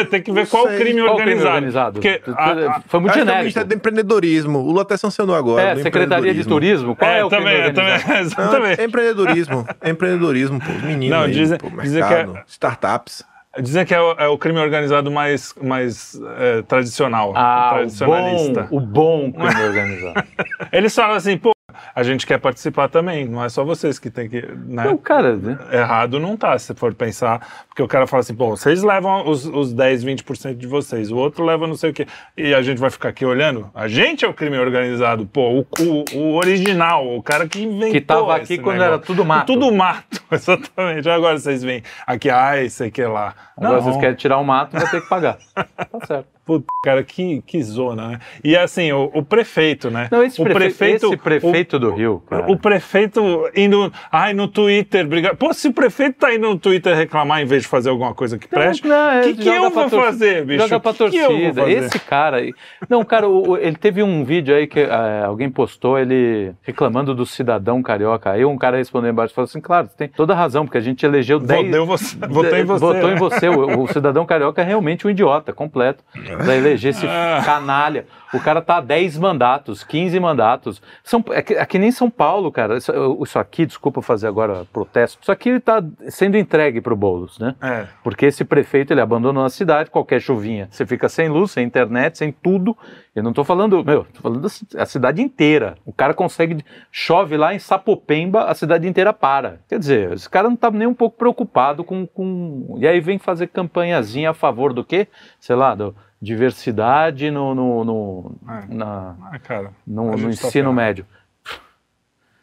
É, tem que ver Não qual sei. crime Qual o crime organizado. organizado? Porque Tu- tu- a- a- Foi muito Acho que é o genérico. tá Ministério do Empreendedorismo. O Lula até sancionou agora. É, do Secretaria de empreendedorismo. Turismo. Qual é, o crime também, organizado? também, Não, exatamente. é empreendedorismo. É empreendedorismo, pô. Os meninos Não, aí, dizem- pô, dizem que é- mercado, startups. Dizem que é o, é o crime organizado mais, mais é, tradicional, Ah, o tradicionalista. bom, o bom crime organizado. Eles falam assim, pô, a gente quer participar também, não é só vocês que tem que, né? Não, cara, né? Errado não tá, se for pensar, porque o cara fala assim, pô, vocês levam os, os 10, 20% de vocês, o outro leva não sei o quê, e a gente vai ficar aqui olhando? A gente é o crime organizado, pô, o, o- o original, o cara que inventou que tava aqui esse quando negócio. era tudo mato. Tudo mato, exatamente. Agora vocês vêm aqui, ai, sei que lá. Agora não, vocês querem tirar o mato, vai ter que pagar. Tá certo. Puta, cara, que, que zona, né? E assim, o, o prefeito, né? Não, esse o prefeito, esse prefeito do Rio, o- cara. O prefeito indo. Ai, no Twitter, brigar. Pô, se o prefeito tá indo no Twitter reclamar em vez de fazer alguma coisa que preste, Não, o que, ele que joga eu pra vou torcida- fazer, bicho? Joga pra Que que eu vou torcida. fazer? Esse cara. aí- Não, cara, o- o- ele teve um vídeo aí que eh, alguém postou ele reclamando do cidadão carioca. Aí um cara respondeu embaixo e falou assim: claro, você tem toda razão, porque a gente elegeu 10. Votou em você. Votou em você. Votou né? em você. O, o cidadão carioca é realmente um idiota completo. Pra eleger esse Ah. canalha. O cara tá a 10 mandatos, 15 mandatos. São, é, que, é que nem São Paulo, cara. Isso, isso aqui, desculpa fazer agora protesto. Isso aqui tá sendo entregue pro Boulos, né? É. Porque esse prefeito ele abandonou a cidade, qualquer chuvinha. Você fica sem luz, sem internet, sem tudo. Eu não tô falando, meu, tô falando da ci- a cidade inteira. O cara consegue. Chove lá em Sapopemba, a cidade inteira para. Quer dizer, esse cara não tá nem um pouco preocupado com. com... E aí vem fazer campanhazinha a favor do quê? Sei lá, do diversidade no, no, no, É. na- Ah, cara. no- A no gente tá ensino ferrado. médio.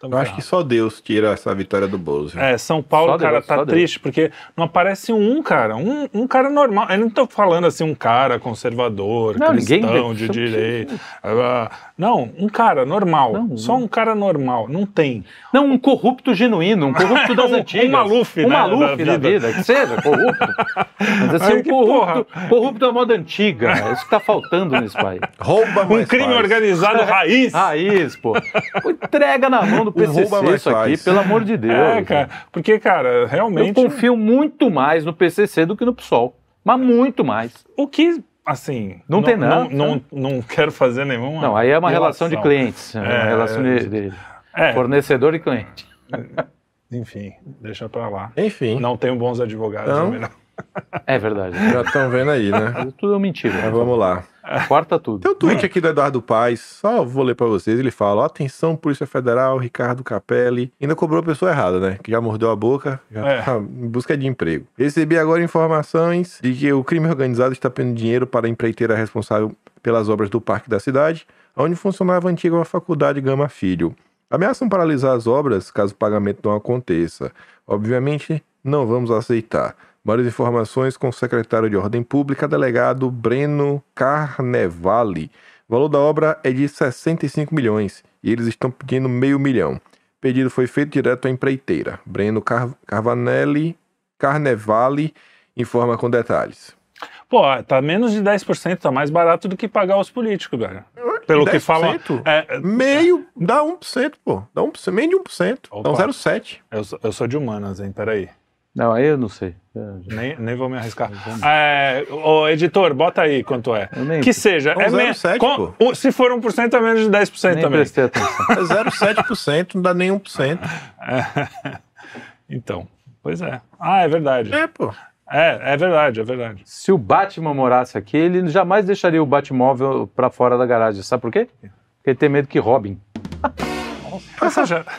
Eu acho que só Deus tira essa vitória do Bolsonaro. É, São Paulo, Só Deus, cara, tá só Deus. triste, porque não aparece um cara, um, um cara normal. Eu não tô falando assim, um cara conservador, Não, ninguém cristão, tem- de direita. ah, Não, um cara normal. Não, só um cara normal. Não tem. Não, um corrupto genuíno, um corrupto das Um- um antigas. Maluf, um né, Maluf da da, vida. vida. que seja, corrupto. Mas assim, Ai, um que corrupto, corrupto da moda antiga. É isso que tá faltando nesse país. Rouba Um mais crime faz. organizado raiz. Ah, Raiz, pô. Pô, Entrega na mão do PCC rouba mais isso aqui, faz. pelo amor de Deus. É, cara. Porque, cara, Eu realmente. confio muito mais no PCC do que no PSOL. Mas muito mais. O que. Assim. Não tem não, nada, não, não quero fazer nenhuma. Não, aí é uma relação, de clientes. É É, uma relação de, de É, fornecedor e cliente. enfim, deixa pra lá. Enfim, Não tenho bons advogados, Não. é melhor. É verdade. já estão vendo aí, né? Mas Tudo é mentira. Mas vamos lá. Corta tudo. Tem um tweet aqui do Eduardo Paes, só vou ler pra vocês. Ele fala: atenção, Polícia Federal, Ricardo Capelli. Ainda cobrou a pessoa errada, né? Que já mordeu a boca, já É. tá em busca de emprego. Recebi agora informações de que o crime organizado está pedindo dinheiro para a empreiteira responsável pelas obras do parque da cidade, onde funcionava a antiga faculdade Gama Filho. Ameaçam paralisar as obras caso o pagamento não aconteça. Obviamente, não vamos aceitar. Maiores informações com o secretário de Ordem Pública, delegado Breno Carnevale. O valor da obra é de 65 milhões e eles estão pedindo meio milhão. O pedido foi feito direto à empreiteira. Breno Car Carvanelli Carnevale informa com detalhes. Pô, tá menos de 10%, tá mais barato do que pagar os políticos, velho. Pelo que falam. 10%? É, é, Meio, dá 1%, pô. Dá 1%, meio de 1%. Opa. Dá um 0,7. eu, sou- eu sou de humanas, hein? Peraí. Não, aí eu não sei. É, Nem, nem vou me arriscar. É, ô, editor, bota aí quanto é. Eu nem- Que seja. Não, é me- 0,7, com- pô. o- se for 1%, é menos de 10% Nem também. prestei atenção. É 0,7%, não dá nem 1%. Ah, Então, pois é. Ah, é verdade. É, pô. É, é verdade, é verdade. Se o Batman morasse aqui, ele jamais deixaria o Batmóvel pra fora da garagem. Sabe por quê? Porque ele tem medo que Robin. Essa já-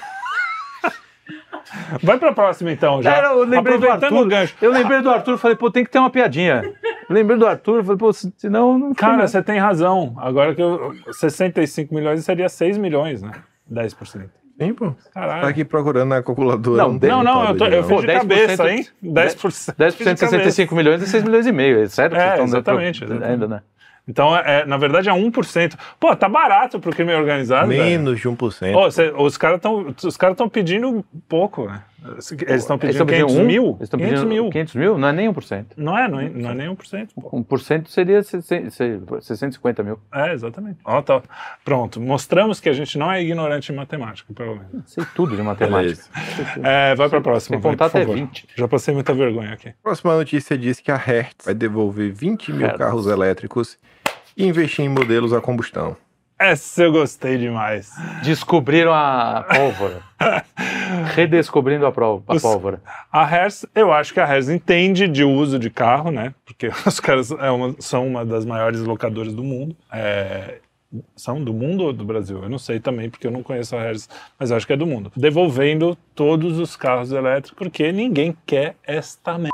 Vai pra próxima então, já. Era, eu lembrei do Aproveitando Arthur. o gancho. Eu lembrei do Arthur, falei, pô, tem que ter uma piadinha. Eu lembrei do Arthur, falei, pô, se- senão não tem Cara, nada. você tem razão. Agora que eu, 65 milhões seria 6 milhões, né? 10%. Sim, pô. Tá Caralho. aqui procurando na calculadora. Não, tem Não, não, então, eu, tô, tabela, eu fiz Pô, de 10%, cabeça, hein? 10%. 10% fiz de de 65 milhões é 6 milhões e meio. É sério que É, vocês estão exatamente, exatamente. ainda, né? Então, é, na verdade, é 1%. Pô, tá barato pro crime organizado, velho. Menos de 1%. Ô, cê- os caras estão os caras estão pedindo pouco, né? Eles estão Eles pedindo 500 um, mil? Eles estão 500 pedindo mil. 500 mil? Não é nem 1%. Não é, não é, não é nem 1%. Pô. 1% seria 650 mil. É, exatamente. Ó, tá. Pronto, mostramos que a gente não é ignorante em matemática, pelo menos. Sei tudo de matemática. É, vai pra próxima, Tem que vai, contar por até favor. 20. Já passei muita vergonha aqui. Próxima notícia diz que a Hertz vai devolver 20 mil Hertz. carros elétricos e investir em modelos a combustão. Essa eu gostei demais. Descobriram a pólvora. Redescobrindo a, pró- a Os- pólvora. A Hertz, eu acho que a Hertz entende de uso de carro, né? Porque os caras é uma- são uma das maiores locadoras do mundo. É, são do mundo ou do Brasil? Eu não sei também, porque eu não conheço a Hertz, mas eu acho que é do mundo. Devolvendo todos os carros elétricos, porque ninguém quer esta merda.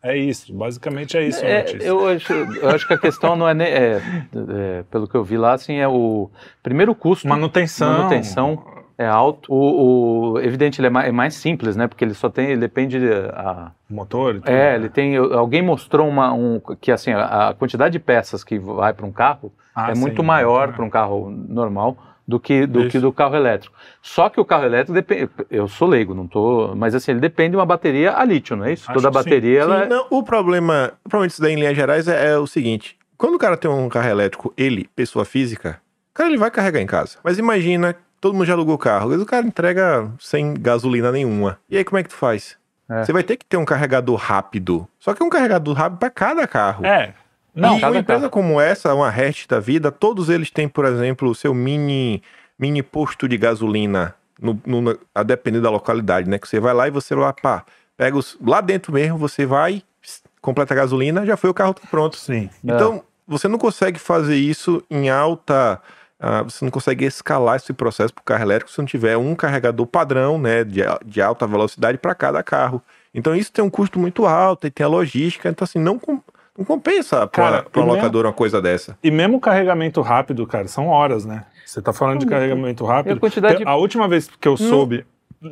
É isso, basicamente é isso a É, notícia. eu, acho, eu acho que a questão não é nem. é, é, pelo que eu vi lá, assim, é o. Primeiro o custo. Manutenção. Manutenção. É alto. O, o- evidente, ele é mais, é mais simples, né? Porque ele só tem. Ele depende. A, Motor. e tudo, é, né? ele tem. Alguém mostrou uma, um, que assim, a, a quantidade de peças que vai para um carro Ah, é sim, muito maior né? para um carro normal do que do Isso. que do carro elétrico. Só que o carro elétrico depende. Eu sou leigo, não tô. Mas assim, ele depende de uma bateria a lítio, não é isso? Acho Toda que sim. bateria ela. Sim, não, o problema, o problema disso daí em linhas gerais é, é o seguinte: quando o cara tem um carro elétrico, ele, pessoa física, o cara ele vai carregar em casa. Mas imagina, todo mundo já alugou o carro, às vezes o cara entrega sem gasolina nenhuma. E aí como é que tu faz? É. Você vai ter que ter um carregador rápido. Só que é um carregador rápido para cada um carro. É. Não, Não, e cada uma empresa carro. como essa, uma Hertz da vida, todos eles têm, por exemplo, o seu mini, mini posto de gasolina, no, no- a depender da localidade, né? Que você vai lá e você lá, pá, pega os, lá dentro mesmo, você vai, pss, completa a gasolina, já foi o carro tá pronto. sim. Então, você não consegue fazer isso em alta. ah, você não consegue escalar esse processo para o carro elétrico se não tiver um carregador padrão, né, de, a- de alta velocidade para cada carro. Então, isso tem um custo muito alto e tem a logística. Então, assim, não, com- não compensa para Cara, e é uma mesmo- locadora uma coisa dessa. E mesmo carregamento rápido, cara, são horas, né? Você tá falando de carregamento rápido. E a quantidade Hum. de- A última vez que eu soube,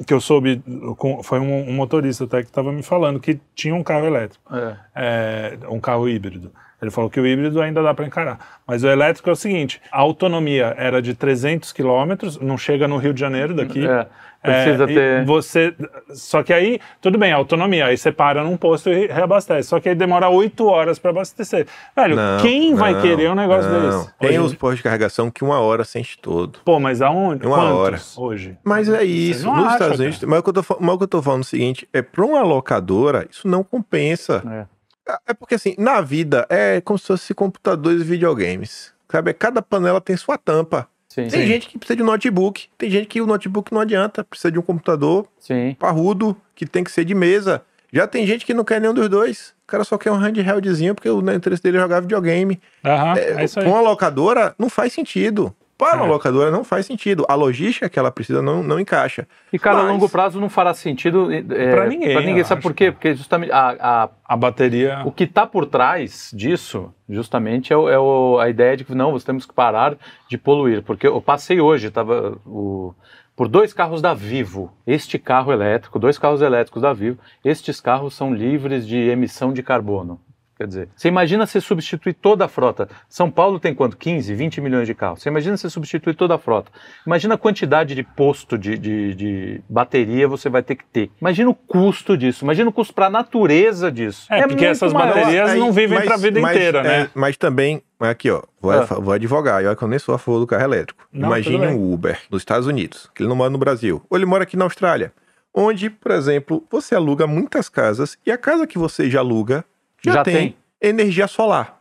que eu soube, com- foi um, um motorista até que estava me falando que tinha um carro elétrico, É. é, um carro híbrido. Ele falou que o híbrido ainda dá para encarar. Mas o elétrico é o seguinte, a autonomia era de 300 quilômetros, não chega no Rio de Janeiro daqui. É, precisa É, e ter. Você, só que aí, tudo bem, autonomia. Aí você para num posto e reabastece. Só que aí demora oito horas para abastecer. Velho, Não, quem vai não, querer um negócio não. desse? Tem Hoje- os postos de carregação que uma hora se enche todo. Pô, mas aonde? Uma Quantos hora. hoje? Mas é isso. não Nos acha, Estados Unidos, mas o, que eu tô, fa- mas o que eu tô falando é o seguinte: é para uma locadora, isso não compensa. É. É porque assim, na vida é como se fosse computadores e videogames. Sabe? Cada panela tem sua tampa. Sim, Tem gente que precisa de um notebook, tem gente que o notebook não adianta, precisa de um computador sim. parrudo, que tem que ser de mesa. Já tem gente que não quer nenhum dos dois. O cara só quer um handheldzinho, porque o né, interesse dele é jogar videogame. Aham, É, é isso aí. com a locadora, não faz sentido. Para É. a locadora, não faz sentido. A logística que ela precisa não, não encaixa. E cara, a Mas- longo prazo não fará sentido é, Pra ninguém, Pra ninguém. eu acho. Sabe Ah. por quê? Porque justamente a- a A bateria. O que está por trás disso, justamente, é, o- é o- a ideia de que não, nós temos que parar de poluir. Porque eu passei hoje, tava o- por dois carros da Vivo, este carro elétrico, dois carros elétricos da Vivo, estes carros são livres de emissão de carbono. Quer dizer, você imagina se substituir toda a frota. São Paulo tem quanto? 15, 20 milhões de carros. Você imagina se substituir toda a frota. Imagina a quantidade de posto de, de- de bateria você vai ter que ter. Imagina o custo disso. Imagina o custo para a natureza disso. É, porque muito essas maior. baterias- Elas Aí, não vivem pra vida inteira, é, né? mas também, aqui, ó, vou, Ah. vou advogar. E olha que eu nem sou a favor do carro elétrico. Não, tudo Imagine bem. um Uber nos Estados Unidos, que ele não mora no Brasil. Ou ele mora aqui na Austrália, onde, por exemplo, você aluga muitas casas e a casa que você já aluga já, Já tem, tem. energia solar.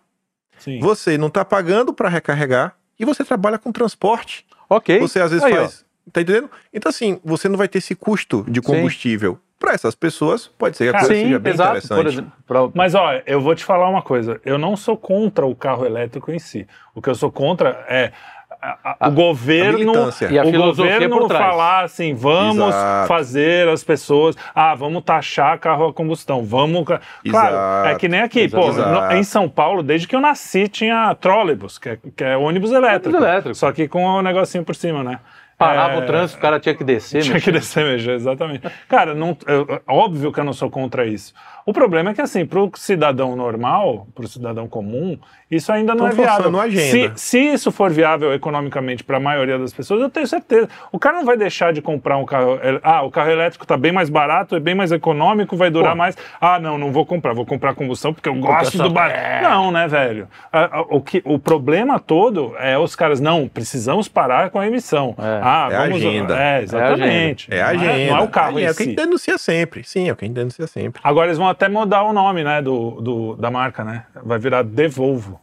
Sim. Você não está pagando para recarregar e você trabalha com transporte. Ok. Você às vezes Aí, ó. faz. Tá entendendo? Então, assim, você não vai ter esse custo de combustível. Para essas pessoas, pode ser que a Cara, coisa Ah, Sim, seja bem exato. interessante. Por exemplo, pra- Mas olha, eu vou te falar uma coisa. Eu não sou contra o carro elétrico em si. O que eu sou contra é a- a- o governo. militância. E a o filosofia governo por trás. falar assim, vamos Exato. fazer as pessoas, ah, vamos taxar carro a combustão, vamos, ca- claro, Exato. é que nem aqui, pô, Exato. no- em São Paulo, desde que eu nasci tinha trólebus, que é, que é ônibus elétrico, Ônibus elétrico. só que com o negocinho por cima, né? Parava É. o trânsito, o cara tinha que descer. Tinha meu. que descer mexer, exatamente. Cara, não, é, é óbvio que eu não sou contra isso. O problema é que, assim, pro cidadão normal, pro cidadão comum, isso ainda não Tão é viável. forçando a agenda. Se, se isso for viável economicamente para a maioria das pessoas, eu tenho certeza. O cara não vai deixar de comprar um carro. el- Ah, o carro elétrico tá bem mais barato, é bem mais econômico, vai durar Pô. mais. Ah, não, não vou comprar, vou comprar combustão porque eu gosto essa- do bar. É. Não, né, velho? Ah, ah, O, que, o problema todo é os caras, não, precisamos parar com a emissão. É. Ah, É a vamos. agenda. É, exatamente. É a agenda. Não é, não é o carro É, em é o que a si. gente denuncia sempre. Sim, é o que a gente denuncia sempre. Agora eles vão até mudar o nome, né, do, do- da marca, né? Vai virar Devolvo.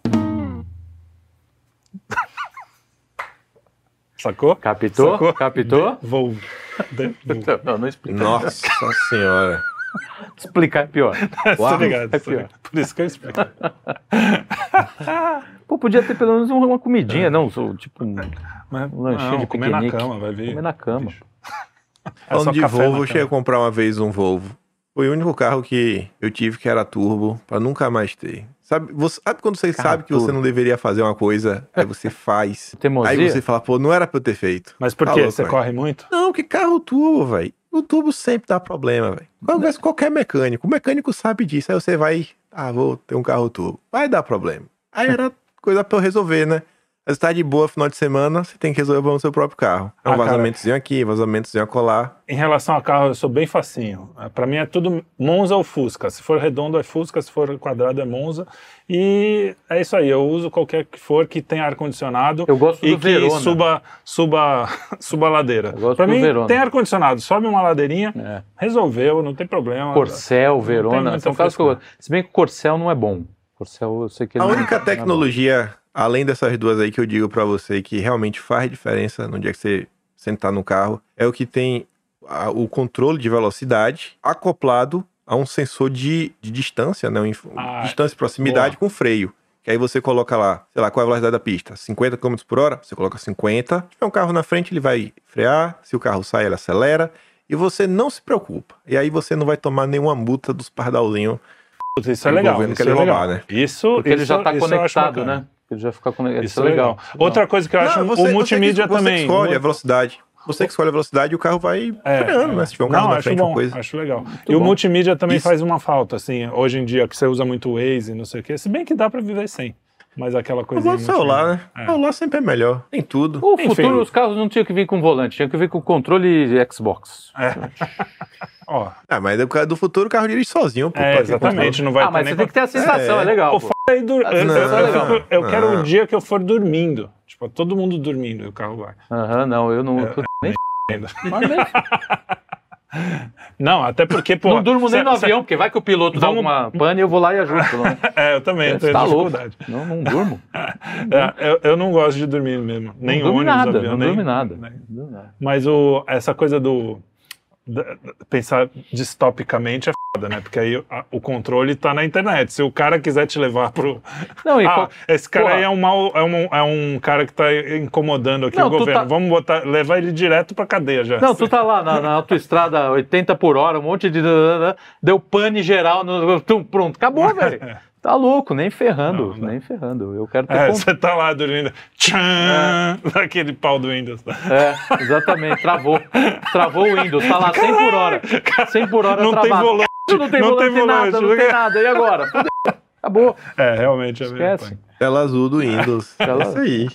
Sacou? Capitou? Sacou? Capitou? Devolvo. Devolvo. Não, não explica. Nossa senhora. Explicar é pior. Uau. Obrigado. É pior. tá Por isso que eu explico. Pô, podia ter pelo menos um, uma É. comidinha, não, sou tipo um Mas, Um lanchinho não, de comer na piquenique. cama, vai ver. comer na cama. É só Falando de café na Volvo, eu cama. cheguei a comprar uma vez um Volvo. Foi o único carro que eu tive que era turbo, pra nunca mais ter. Sabe, você, sabe quando você Carro sabe que você turbo. não deveria fazer uma coisa, aí você faz. Teimosia? aí você fala, pô, não era pra eu ter feito. Mas por Tá quê? louco, Você velho. corre muito? Não, que carro turbo, velho. O turbo sempre dá problema, velho. Né? Qualquer, qualquer mecânico. O mecânico sabe disso. Aí você vai, ah, vou ter um carro turbo. Vai dar problema. Aí era coisa pra eu resolver, né? Aí Você tá de boa final de semana, você tem que resolver o problema do seu próprio carro. É um Ah, cara. vazamentozinho aqui, vazamentozinho acolá. Em relação a carro, eu sou bem facinho. Eh, Pra mim é tudo Monza ou Fusca. Se for redondo é Fusca, se for quadrado é Monza. E é isso aí. Eu uso qualquer que for que tenha ar condicionado Eu gosto e do que Verona. suba suba suba a ladeira. Eu gosto Pra do mim Verona. tem ar condicionado, sobe uma ladeirinha, É. resolveu, não tem problema. Corcel, Verona, muita são caras que eu frescura. gosto. Se bem que o Corcel não é bom. Corcel, eu sei que A ele não- única não é bom. tecnologia, além dessas duas aí que eu digo pra você, que realmente faz diferença no dia que você sentar no carro, é o que tem a- o controle de velocidade acoplado a um sensor de, de distância, né? Um inf- Ah, distância e proximidade com freio. Que aí você coloca lá, sei lá, qual é a velocidade da pista? 50 km por hora? Você coloca 50. Se tiver um carro na frente, ele vai frear. Se o carro sai, ele acelera. E você não se preocupa. E aí você não vai tomar nenhuma multa dos pardalzinhos. Puta, isso é legal. Envolvendo Isso é querer legal. roubar, né? Isso, Porque ele isso- já está isso eu acho conectado, bacana. né? Ele já fica conectado. Isso é legal. Outra coisa que eu acho, Não, o multimídia você que- Você também. que escolhe é o- a velocidade. Você que escolhe a velocidade e o carro vai É, freando, né? Se tiver um carro Não, na acho frente, bom, uma coisa. acho legal. e o bom. multimídia também Isso. faz uma falta, assim, hoje em dia, que você usa muito Waze, não sei o quê. Se bem que dá pra viver sem, mas aquela Eu coisinha... vou do celular, né? É. O celular sempre é melhor. Tem tudo. O Enfim. futuro, os carros não tinham que vir com volante, tinha que vir com controle Xbox. É, multimídia. Ó, Ah, mas do, do futuro o carro dirige sozinho, pô. é, Pra que exatamente, não vai Ah, ter mas nem... você tem que ter a sensação, é, É. legal. O pô. Aí dur- Ah, eu, não, eu- eu não. fico- eu quero Não. um dia que eu for dormindo. Tipo, todo mundo dormindo e o carro vai. Aham, não, eu É, não. puta, nem Mas nem- Não, até porque, pô... não durmo nem cê- no cê- avião, porque vai que o piloto dá Vamos- alguma pane e eu vou lá e ajudo. pelo menos. É, eu também, eu tenho Você tá louco. dificuldade. Não, não durmo. É, eu, eu não gosto de dormir mesmo. Nem não durmo ônibus, nada, avião, não nem, durmo nada. nem- Não durmo nada. Mas o, essa coisa do. da- da- pensar distopicamente é foda, né? Porque aí a- o controle tá na internet. Se o cara quiser te levar pro. Não, e ah, qual- esse cara porra. aí é um, mal, é, um, é um cara que tá incomodando aqui Não, o tu governo. tá- Vamos botar, levar ele direto pra cadeia já. Não, tu tá lá na, na autoestrada 80 por hora, um monte de. Deu pane geral, no, tum, pronto, acabou, velho. Tá louco, nem ferrando, Não, não dá. nem ferrando. Eu quero ter É, controle. você tá lá dormindo. Tchan! Daquele pau do Windows. É, exatamente, travou. Travou o Windows, tá lá 100 por hora. 100 por hora Não tem travado. volante, Não tem não volante, tem nada, volante, não tem né? nada. E agora? Fudeu, Acabou. É, realmente é meio Esquece. punk. Tela azul do Windows. Tela- é isso aí.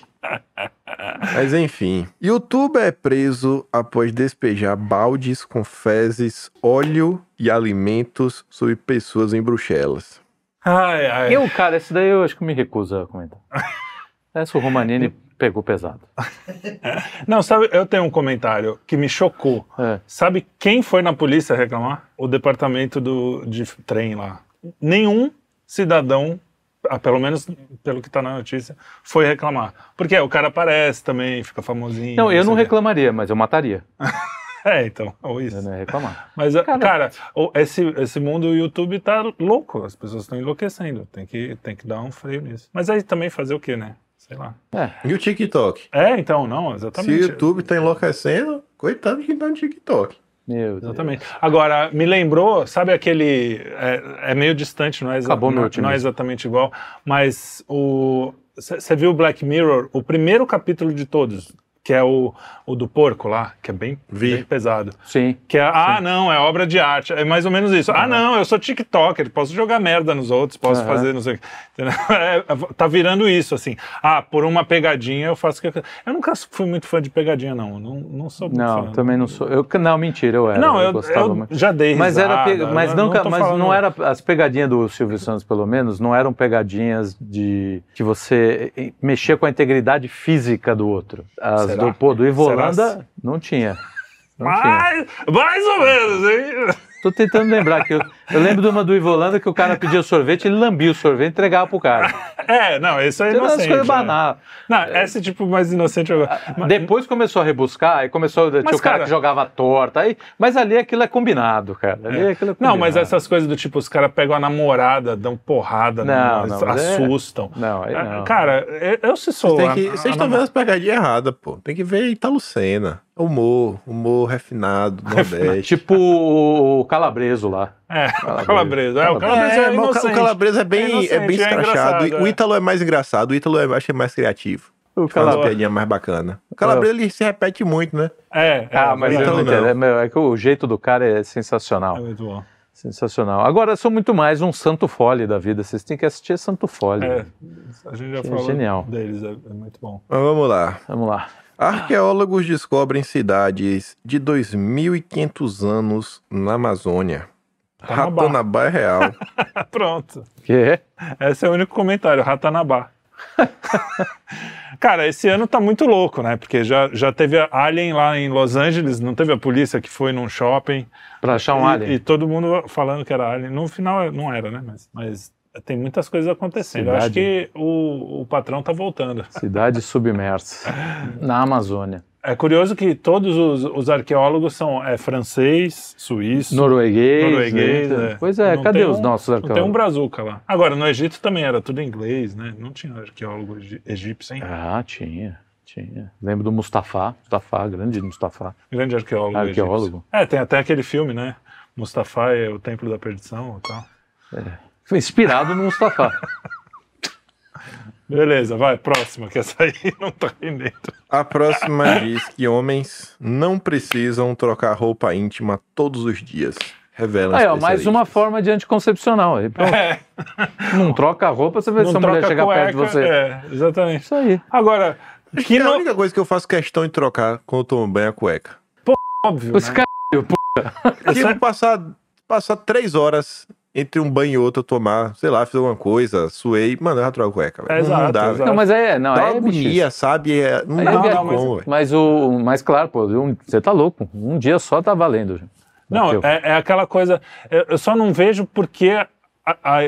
Mas enfim. Youtuber é preso após despejar baldes com fezes, óleo e alimentos sobre pessoas em Bruxelas. Ai, ai. Eu, cara, esse daí eu acho que me recuso a comentar. Essa o Romanini pegou pesado. Não, sabe, eu tenho um comentário que me chocou. É. Sabe quem foi na polícia reclamar? O departamento do, de trem lá. Nenhum cidadão, ah, pelo menos pelo que tá na notícia, foi reclamar. Porque é, o cara aparece também, fica famosinho. Não, eu não sei o quê. reclamaria, mas eu mataria. É, então, ou Eu né? isso. não ia reclamar. Mas, cara, Cara- cara o- esse, esse mundo do YouTube tá louco. As pessoas estão enlouquecendo. Tem que, tem que dar um freio nisso. Mas aí também fazer o quê, né? Sei lá. É, E o TikTok? É, então, não, Se o exatamente. YouTube tá enlouquecendo, coitado de quem tá no TikTok. meu Deus. Exatamente. Agora, me lembrou, sabe aquele. É, é meio distante, não é, exa- Acabou meu não- otimismo. não é exatamente igual, mas o. Você viu Black Mirror, o primeiro capítulo de todos. que é o, o do porco lá, que é bem, Vi. bem pesado. Sim. Que é, ah, não, é obra de arte. É mais ou menos isso. Ah, não, eu sou TikToker, posso jogar merda nos outros, posso Aham. fazer não sei o que. É, tá virando isso, assim. Ah, por uma pegadinha eu faço o que eu quero. Eu nunca fui muito fã de pegadinha, não. Não, não sou muito fã. Não, também não sou. Eu, não, mentira, eu era. Não, eu, gostava eu muito. já dei Mas risada, era, pega- mas eu não, tô mas falando- não era as pegadinhas do Silvio Santos, pelo menos, não eram pegadinhas de que você eh, mexia com a integridade física do outro. As Será? do pô, do Ivo Será Holanda não tinha. Não tinha. Mais, mais ou menos, hein? Tô tentando lembrar que eu, eu lembro de uma do Ivo Holanda que o cara pedia sorvete, ele lambia o sorvete e entregava pro cara. É, não, isso é Então, umas inocente. coisas Ah, né? banal. Não, esse tipo mais inocente eu Mas- Depois começou a rebuscar, aí começou tinha Mas, o cara, cara- que jogava torta, aí, mas ali aquilo é combinado, cara. Ali aquilo é Não, mas combinado. essas coisas do tipo, os caras pegam a namorada, dão porrada, Não, né? não, mas é- assustam. Ah, Não, aí não. Cara, eu- eu se sou. Tem a- que- a- Vocês estão vendo as pegadinhas erradas, pô. Tem que ver Italo Senna. Humor, humor refinado, do Nordeste. Tipo o o calabreso lá. É, o calabreso. É, o calabreso é, É, mas o ca- inocente. o Calabresa é bem, é inocente, bem é escrachado. engraçado, O é. Ítalo é mais engraçado. O Ítalo é, acho que é mais criativo. O Faz calabreso. uma piadinha mais bacana. O Ah. Calabresa ele se repete muito, né? É, é, Ah, mas é, eu Então não não. entendo. É, meu, é que o jeito do cara é é sensacional. muito bom. Sensacional. Agora, eu sou muito mais um santo fole da vida. Vocês têm que assistir Santo Fole. É, a gente já Que é falou genial. deles, é, é muito bom. Mas vamos lá. Vamos lá. Arqueólogos descobrem cidades de 2.500 anos na Amazônia. Ratanabá. Ratanabá é real. Pronto. Que? Esse é o único comentário, Ratanabá. Cara, esse ano tá muito louco, né? Porque já, já teve a Alien lá em Los Angeles, não teve a polícia que foi num shopping. Pra achar um e, alien. e todo mundo falando que era Alien. No final não era, né? Mas, mas tem muitas coisas acontecendo. Eu acho Cidade. que o, o patrão tá voltando. Cidade submersa. Na Amazônia. É curioso que todos os, os arqueólogos são é, francês, suíço, Norueguês. norueguês. né? é. Pois é, Não cadê tem os um- nossos Não tem um arqueólogos? brazuca lá. Agora, no Egito também era tudo em inglês, né? Não tinha arqueólogo egi- egípcio, hein? Ah, tinha. Tinha. Lembro do Mustafa. Mustafa, grande Mustafa. Grande arqueólogo. Arqueólogo. egípcio. É, tem até aquele filme, né? Mustafa e o Templo da Perdição e tal. Inspirado no Mustafa. Beleza, vai, próxima, que essa aí não tá rendendo. A próxima diz que homens não precisam trocar roupa íntima todos os dias. Revela Aí, ó, mais uma forma de anticoncepcional. Aí, pronto. É, Não troca a roupa, você Então, não vê se a troca mulher chegar cueca, perto de você. É, exatamente. Isso aí. Agora, Que que é a no- única coisa que eu faço questão de trocar quando eu tomo banho é a cueca. óbvio, Os né? É caras É Se eu passar, passar três horas entre um banho e outro, eu tomar, sei lá, fiz alguma coisa, suei, mano, eu já troco a cueca. velho. É, não exato, dá, exato. velho. Não, mas é. Não, Dá é uma agonia, sabe? É- não Aí dá é não, viagem, como, bichice. velho. Mas o. Mas claro, pô, um- você tá louco. Um dia só tá valendo. já. Não, Bateu. é, é aquela coisa. Eu eu só não vejo porque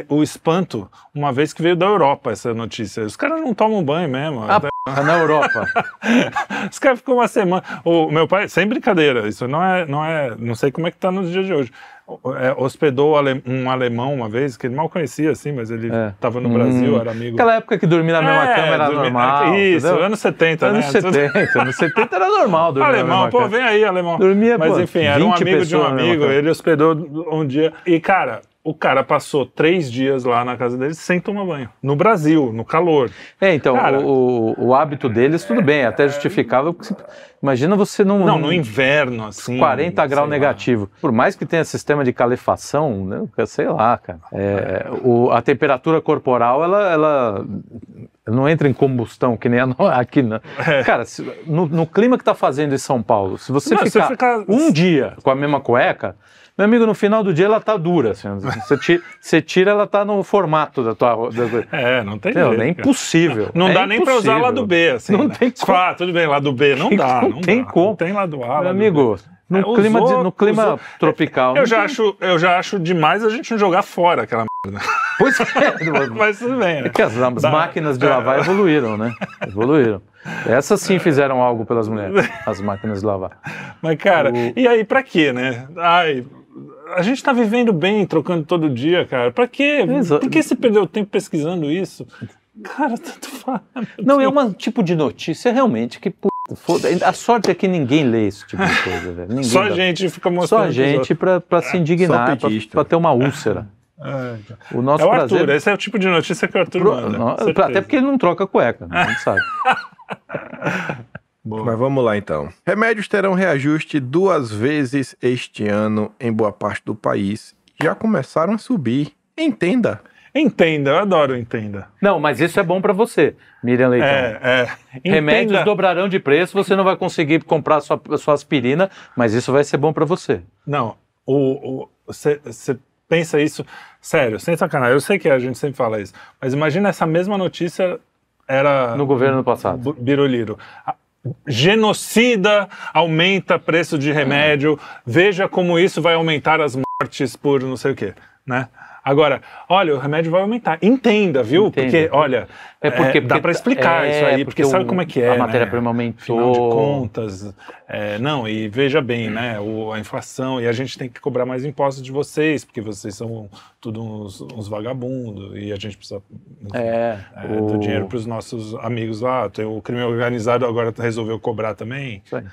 o espanto, uma vez que veio da Europa essa notícia. Os caras não tomam banho mesmo. Ah, Tá Na Europa. Os caras ficam uma semana. O meu pai, sem brincadeira, isso não é. Não, é, não sei como é que tá nos dias de hoje. O- é, hospedou ale- um alemão uma vez, que ele mal conhecia, assim, mas ele É. estava no Brasil, Hum. era amigo. Aquela época que dormir na mesma É, cama era dormi- normal. Isso, entendeu? anos 70, Anos né? 70. Anos 70 era normal dormir na Alemão, mesma pô, cama. vem aí, alemão. Dormia, Mas pô, enfim, era um 20 amigo de um pessoas na mesma amigo, cama. ele hospedou um dia. E, cara, o cara passou três dias lá na casa dele sem tomar banho. No Brasil, no calor. É, então, Cara- o, o- o hábito deles, tudo bem, é até justificável. Porque você- imagina você não. Não, no inverno, assim. 40 sei Hum. graus lá. negativo. Por mais que tenha sistema de calefação, né, sei lá, cara. É, o- a temperatura corporal, ela, ela não entra em combustão, que nem a no- aqui. Não. Cara, se- no, no clima que tá fazendo em São Paulo, se você É. Não, se ficar ficar- um dia com a mesma cueca, meu amigo, no final do dia ela tá dura. assim, você, ti- você tira, ela tá no formato da tua... ro- Da, tua- É, não tem Meu, jeito, é cara. impossível. Não É dá nem pra usar impossível. lá do B, assim. Não né? tem como. Claro, tudo bem, lá do B não dá. Não Não, tem dá, como. Não tem lá do A. Meu lá do B. amigo, no É, clima, de- usou- no clima usou- tropical... Eu não já, tem- acho, eu já acho demais a gente não jogar fora aquela merda. Pois é, Mas tudo bem, né? É que as, as Dá- É. máquinas de lavar evoluíram, né? Evoluíram. Essas sim fizeram algo pelas mulheres, as máquinas de lavar. Mas, cara, O- e aí, pra quê, né? Ai, a gente tá vivendo bem, trocando todo dia, cara. Pra quê? Exa- Por que você perdeu tempo pesquisando isso? Cara, tanto faz. Não, é um tipo de notícia realmente que. Puta, foda- a sorte é que ninguém lê esse tipo de coisa, velho. Ninguém Só a dá- gente fica Só mostrando. a pros É, gente pra, pra se indignar, pra, petista. pra ter uma úlcera. outros. É, O nosso É o prazer. Arthur, esse é o tipo de notícia que o Arthur pro- manda. no- certeza. até porque ele não troca cueca, né? a gente sabe. Boa. Mas vamos lá então. Remédios terão reajuste duas vezes este ano em boa parte do país. Já começaram a subir. Entenda. Entenda, eu adoro entenda. Não, mas isso é bom para você, Miriam Leitão. É, é. Então. Remédios Entenda- dobrarão de preço, você não vai conseguir comprar sua, sua aspirina, mas isso vai ser bom para você. Não, você pensa isso. Sério, sem sacanagem. Eu sei que a gente sempre fala isso, mas imagina essa mesma notícia era. No governo passado. Bu- Biroliro. A- Genocida aumenta preço de remédio. Veja como isso vai aumentar as mortes por não sei o quê, né? Agora, olha, o remédio vai aumentar. Entenda, viu? Entenda. Porque, olha, É porque, dá porque- para explicar é, isso aí, porque, porque sabe o- como é que é. a matéria-prima né? aumentou. Afinal de contas, é, não, e veja bem, né? o- a inflação, e a gente tem que cobrar mais impostos de vocês, porque vocês são tudo uns, uns vagabundos, e a gente precisa enfim, É, é, o- do dinheiro para os nossos amigos lá. Tem o crime organizado agora tá, resolveu cobrar também. Isso aí.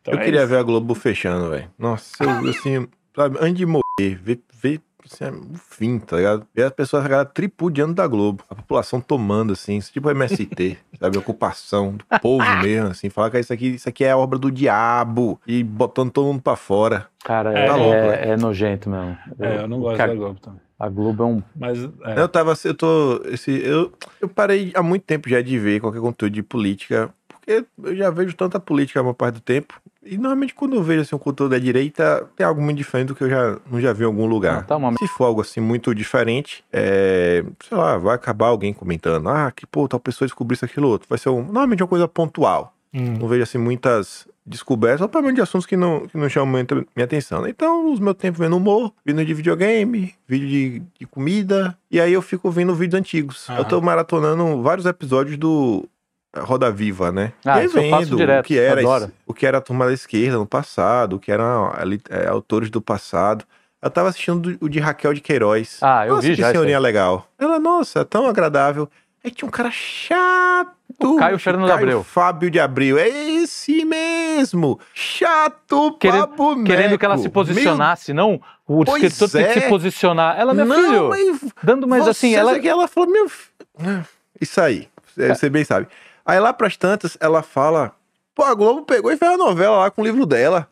Então Eu é queria isso. ver a Globo fechando, velho. Nossa, eu, assim, sabe, antes de morrer, ver, ver assim, o fim, tá ligado? Ver as pessoas a galera, tripudiando da Globo. A população tomando, assim, isso tipo MST, sabe? Ocupação do povo mesmo, assim. Falar que isso aqui, isso aqui é obra do diabo e botando todo mundo pra fora. Cara, É, é, tá louco, é- né? é nojento mesmo. É, eu não gosto cara, da Globo também. A Globo é um. Mas é, Eu tava, eu tô, esse, eu, eu parei há muito tempo já de ver qualquer conteúdo de política, porque eu já vejo tanta política a maior parte do tempo, e normalmente quando eu vejo assim, um conteúdo da direita, tem algo muito diferente do que eu já, não já vi em algum lugar. Ah, tá uma Se for algo assim muito diferente, é, sei lá, vai acabar alguém comentando, ah, que pô, tal pessoa descobriu isso, aquilo outro, vai ser um, normalmente uma coisa pontual hum, não vejo assim muitas descobertas, ou pelo menos de assuntos que não, que não chamam muito minha atenção. né? Então, os meus tempos vendo humor, vindo de videogame, vídeo de, de comida, e aí eu fico vendo vídeos antigos. Aham. Eu tô maratonando vários episódios do eh, Roda Viva, né? Ah, e aí isso eu faço vendo o direto, que era adoro. esse- o que era a turma da esquerda no passado, o que eram ali, é, autores do passado. Eu tava assistindo do- o de Raquel de Queiroz. Ah, eu nossa, vi que já isso senhorinha legal. Ela, nossa, é tão agradável. Aí tinha um cara chato. O Caio Fernando Caio Abreu. Fábio de Abreu. É esse mesmo. Chato pra Querendo- boneco. Querendo que ela se posicionasse, não? O Pois escritor tem que é. se posicionar. Ela, Meu... meu filho, Não, mas dando mais você assim, sabe ela. que ela falou, meu... fi- Ah, Isso aí, é, você bem sabe. Aí lá pras tantas, ela fala... Pô, a Globo pegou e fez uma novela lá com o livro dela.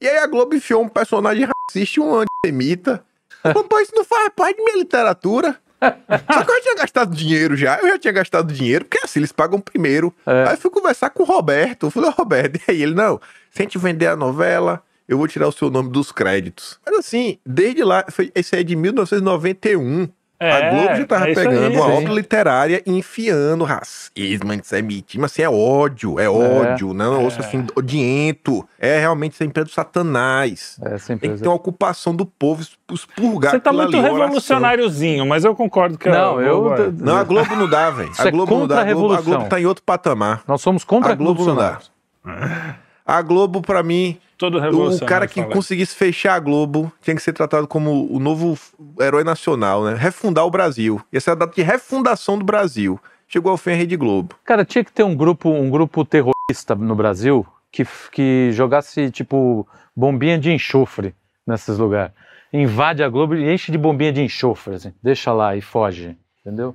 E aí a Globo enfiou um personagem racista e um antissemita. Eu falei, Pô, isso não faz parte de minha literatura. Só que eu já tinha gastado dinheiro já, eu já tinha gastado dinheiro, porque assim, eles pagam primeiro. É. Aí eu fui conversar com o Roberto, eu falei, "Ô, Roberto, e aí ele, não, se a gente vender a novela, eu vou tirar o seu nome dos créditos. Mas assim, desde lá, foi, esse aí é de 1991, a É, Globo já tava é isso aí, pegando uma sim. obra literária e enfiando racismo, antissemitismo, assim, é ódio, é ódio, não, é um osso assim, odiento, é realmente essa empresa do satanás. É, sem Tem que empresa. ter uma ocupação do povo, expurgar Você tá aquilo muito ali, uma oração. revolucionáriozinho, mas eu concordo que a Não, eu. Globo é- Não, a Globo não dá, velho. Isso A é Globo não dá. A Globo, a contra-revolução. Globo tá em outro patamar. Nós somos contra a Globo não dá. A Globo, pra mim, todo o revolucionário. um cara que fala conseguisse fechar a Globo tinha que ser tratado como o novo herói nacional, né? Refundar o Brasil. Essa é a data de refundação do Brasil. Chegou ao fim a Rede Globo. Cara, tinha que ter um grupo, um grupo terrorista no Brasil que, f- que jogasse, tipo, bombinha de enxofre nesses lugares. Invade a Globo e enche de bombinha de enxofre, assim. Deixa lá e foge, entendeu?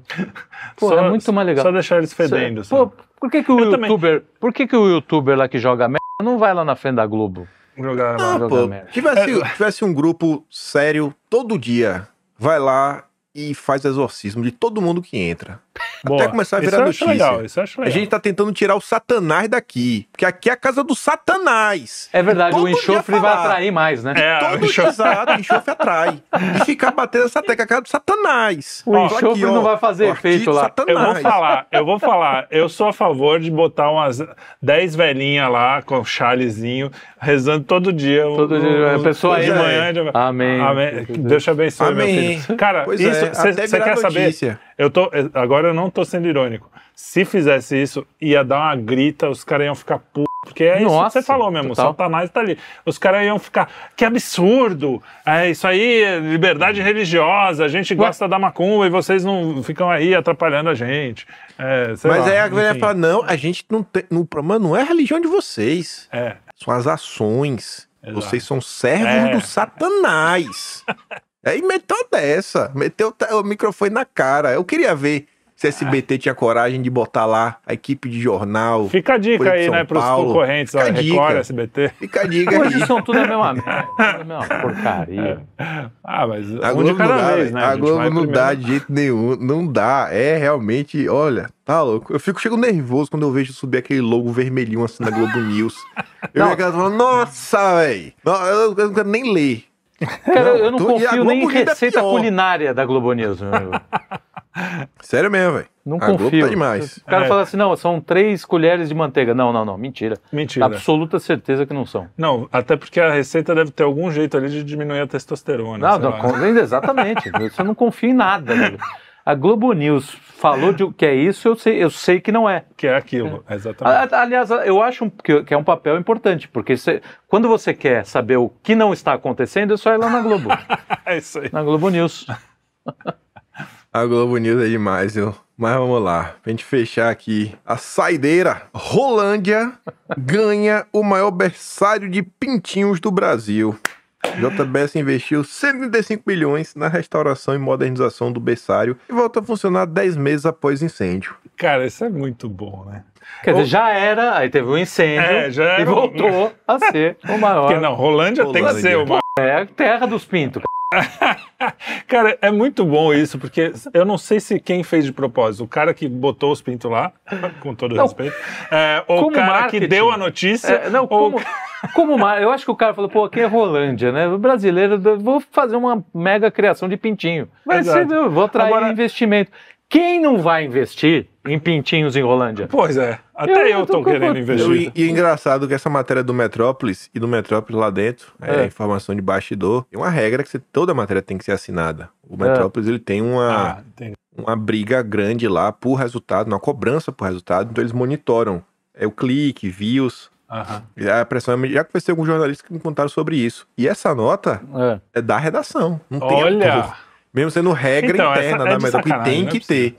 Pô, Só- é muito mais legal. Só deixar eles fedendo. assim. Pô, por que que o Eu também. youtuber... Por que que o youtuber lá que joga merda não vai lá na frente da Globo? Jogar lá. Ah, jogar pô, Tá merda. É, tivesse, tivesse um grupo sério todo dia, vai lá e faz exorcismo de todo mundo que entra. Boa. começar a Isso virar eu acho notícia. Legal, isso eu acho A legal. gente tá tentando tirar o Satanás daqui. Porque aqui é a casa do Satanás. É verdade, Todo o dia enxofre vai falar. atrair mais, né? É, Todo o show- exato, enxofre atrai. E ficar batendo essa tecla, cara do satanás. O Ó, enxofre ó, não vai fazer o artista efeito lá. Eu vou Satanás. falar, eu vou falar. Eu sou a favor de botar umas 10 velhinhas lá com o chalezinho, rezando todo dia. um Todo dia, a pessoa é. de aí, manhã. de- Amém. Deus te abençoe, Amém. meu filho. Cara, Pois isso é, você até virar quer saber? notícia. Eu tô, eh, agora eu não tô sendo irônico. Se fizesse isso, ia dar uma grita, os caras iam ficar putos. Porque é isso que Nossa, você falou mesmo, total. o Satanás tá ali. Os caras iam ficar, que absurdo! É, isso aí é liberdade religiosa, a gente gosta da macumba e vocês não ficam aí atrapalhando a gente. É, sei Mas lá, aí a galera enfim. fala: não, a gente não tem. O problema não é a religião de vocês. É, São as ações. Exato. Vocês são servos É. do satanás. aí meteu dessa. Meteu o te- o microfone na cara. Eu queria ver se a SBT tinha coragem de botar lá a equipe de jornal. Fica a dica Folha de aí, São né, pros Paulo. concorrentes, ó, Fica a Record, dica. SBT. Fica a dica Hoje aí. são tudo a mesma merda, tudo a mesma porcaria. Ah, mas A um de Globo não cada dá, vez, velho. né? a gente? Globo Vai não primeiro. dá de jeito nenhum, não dá. É realmente, olha, tá louco. Eu fico chego nervoso quando eu vejo subir aquele logo vermelhinho assim na Globo News. Eu Não. vejo aquela falando, nossa, velho, eu, eu não quero nem ler. Cara, Não, eu não tu- e a confio Globo nem em ainda é receita pior. culinária da Globo News, meu amigo. Sério mesmo, velho. Não a confio. Globo tá demais. O cara É. fala assim, não, são três colheres de manteiga. Não, não, não, mentira. Mentira. Absoluta certeza que não são. Não, até porque a receita deve ter algum jeito ali de diminuir a testosterona. Não, sei não, lá. né? con- exatamente. Você não confia em nada. né? A Globo News falou de o que é isso, eu sei, eu sei que não é. Que é aquilo, exatamente. A- a- Aliás, eu acho um- que, que é um papel importante, porque você- quando você quer saber o que não está acontecendo, é só ir lá na Globo, é isso aí. na Globo News. A Globo News é demais, viu? Mas vamos lá, pra gente fechar aqui. A saideira. Rolândia ganha o maior berçário de pintinhos do Brasil. JBS investiu 135 milhões na restauração e modernização do berçário e volta a funcionar 10 meses após incêndio. Cara, isso é muito bom, né? Quer dizer, já era, aí teve um incêndio É, já era e um- voltou a ser o Porque maior. não, Rolândia, tem que Rolândia. ser uma É a terra dos pintos. Cara, é muito bom isso, porque eu não sei se quem fez de propósito, o cara que botou os pintos lá, com todo Não. respeito, é, ou o Como cara que marketing. deu a notícia, É, não, ou como, como mar- Eu acho que o cara falou, pô, aqui é Rolândia, né? O brasileiro, eu vou fazer uma mega criação de pintinho. Vai ser, Exato. eu vou atrair Agora- investimento. Quem não vai investir em pintinhos em Rolândia? Pois é, até eu, Eu tô, tô querendo com- Eu- investir. e, e é engraçado que essa matéria do Metrópolis e do Metrópolis lá dentro, é, É. informação de bastidor, tem uma regra que você- toda matéria tem que ser assinada. O Metrópolis ele tem uma, Ah, entendi. uma briga grande lá por resultado, uma cobrança por resultado, então eles monitoram. É o clique, views, Aham. e a pressão é- Já conversei com jornalistas que me contaram sobre isso. E essa nota É. é da redação. Não tem Olha! Mesmo sendo regra Então, essa interna é da de Metrópolis, que sacanagem, tem não é que ter.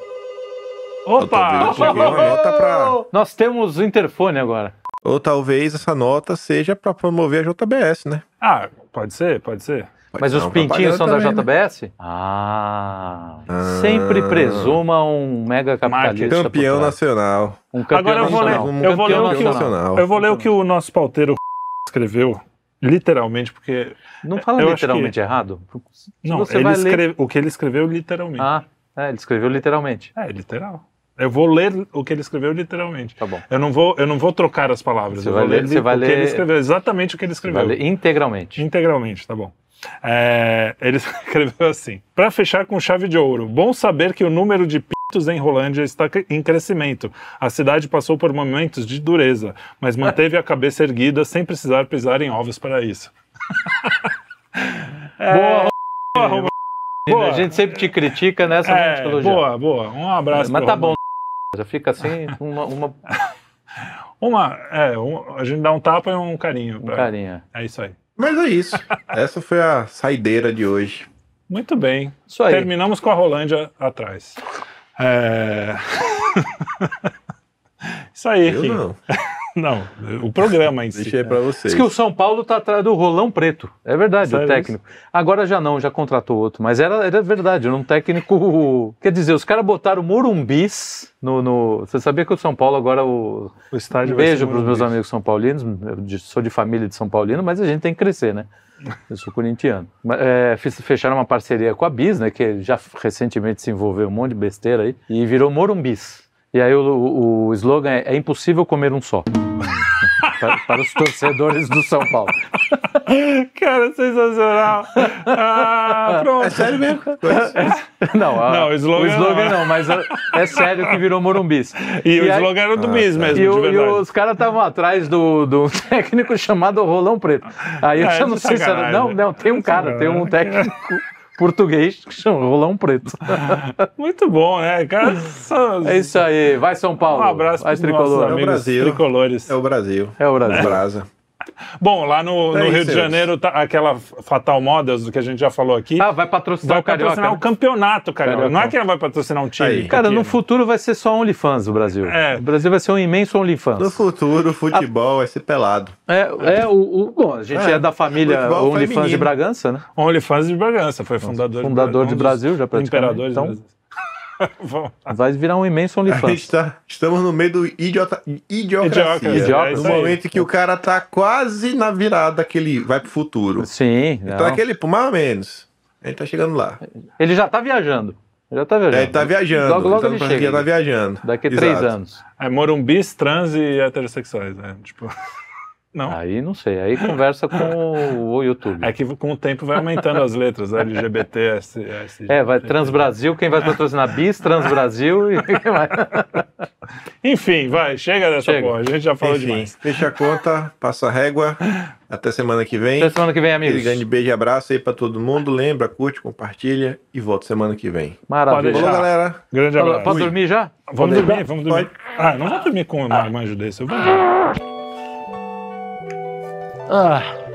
Opa! Eu tô vendo, cheguei. uma Tá nota pra- Nós temos interfone agora. Ou talvez essa nota seja para promover a JBS, né? Ah, pode ser, pode ser. Pode Mas ser os uma pintinhos são da propaganda também, né? JBS? Ah, Sempre presuma um mega capitalista. por Campeão trás. nacional. Um campeão Agora eu vou nacional. ler- Um eu vou ler campeão o que o- nacional. Eu vou ler o que o nosso pauteiro escreveu, literalmente, porque. Não fala Eu acho literalmente errado? Se Não, você ele vai ler- escreve- o que ele escreveu literalmente. Ah, é, ele escreveu literalmente. É, literal. Eu vou ler o que ele escreveu literalmente. Tá bom. Eu não vou, eu não vou trocar as palavras. Você eu vai vou ler- você o vai que ler- ele escreveu, exatamente o que ele escreveu. Vai ler integralmente. Integralmente, tá bom. É, ele escreveu assim: Pra fechar com chave de ouro, bom saber que o número de pintos em Rolândia está cre- em crescimento. A cidade passou por momentos de dureza, mas manteve a cabeça erguida sem precisar pisar em ovos para isso. Boa, É, Boa, A gente sempre te critica, né, nessa não te é, elogia. boa, boa. Um abraço. Mas pro tá Romano. bom. Já fica assim, uma, uma Uma, é, um- a gente dá um tapa e um carinho. pra- carinha. É isso aí. Mas é isso. Essa foi a saideira de hoje. Muito bem. Isso aí. Terminamos com a Rolândia atrás. É... Isso aí, Eu Kim. não. Não, o programa em si. Deixei pra vocês. Diz que o São Paulo tá atrás do Rolão Preto. É verdade, Sério o técnico. Agora já não, já contratou outro. Mas era, era verdade, era um técnico. Quer dizer, os caras botaram Morumbis no, no. Você sabia que o São Paulo agora. O... O estádio Um vai ser beijo para os meus maravilhoso. amigos são paulinos. Eu de- sou de família de São Paulino, mas a gente tem que crescer, né? Eu sou corintiano. Mas, É, fiz- fecharam uma parceria com a Bis, né? Que já recentemente se envolveu um monte de besteira aí e virou Morumbis. E aí o, o- o slogan é, é impossível comer um só. para, para os torcedores do São Paulo. Cara, sensacional. Ah, pronto. É sério mesmo? Não, a- Não, o slogan não, não, mas a- é sério que virou Morumbis. E, o aí- slogan era do Ah, Bis tá. mesmo, E, de o- e verdade. os caras estavam atrás do, do técnico chamado Rolão Preto. Aí eu É, já não de sei se era. sacanagem. né? é Não, não, tem um cara, tem um técnico português que chama Rolão Preto. Muito bom, né? Cara, só- É isso aí. Vai, São Paulo. Um abraço Vai, para É os nossos o tricolor. amigos Brasil. tricolores. É o Brasil. É o Brasil. Brasa. Bom, lá no, É isso, no Rio de senhores. Janeiro, tá aquela Fatal Models que a gente já falou aqui, Ah, vai patrocinar É. vai o Carioca. patrocinar o né? campeonato, cara. Carioca. Não é que ela vai patrocinar um time. Aí. Cara, no pequeno. futuro vai ser só OnlyFans o Brasil. É. O Brasil vai ser um imenso No OnlyFans. futuro, o futebol vai ser pelado. É, é o, o- Bom, a gente É. é, da família Futebol OnlyFans de feminino. Bragança, né? OnlyFans de Bragança, foi fundador, Fundador de, de Brasil, já praticamente. imperador Então, de Brasil. Vamos lá. Vai virar um imenso A OnlyFans. gente tá, estamos no meio do idiota, Idiocracia, idiocracia. Idiocracia. No é isso aí. momento que o cara tá quase na virada que ele vai pro futuro. Sim, Então não. aquele, mais ou menos. Ele tá chegando lá. ele já tá viajando. Já tá viajando. Ele tá viajando. Logo, logo tá no ele planeta, chega. ele tá viajando. Daqui a três Exato. anos. É morumbis, trans e heterossexuais, né? Tipo. Não. Aí não sei, aí conversa com o YouTube. É que com o tempo vai aumentando as letras, né? LGBT, S, S, É, vai Transbrasil, quem vai patrocinar Bis, Transbrasil e quem vai. Enfim, vai, chega dessa Chega. porra, a gente já falou Enfim, demais. fecha a conta, passa a régua. Até semana que vem. Até semana que vem, Aquele amigos. grande beijo e abraço aí pra todo mundo. Lembra, curte, compartilha e volta semana que vem. Maravilha. Falou, Tchau. galera. Grande Fala, abraço. Posso dormir já? Vamos Pode- dormir, vamos dormir. Ah, não vou dormir com um marmanjo desse, eu vou dormir. Ah.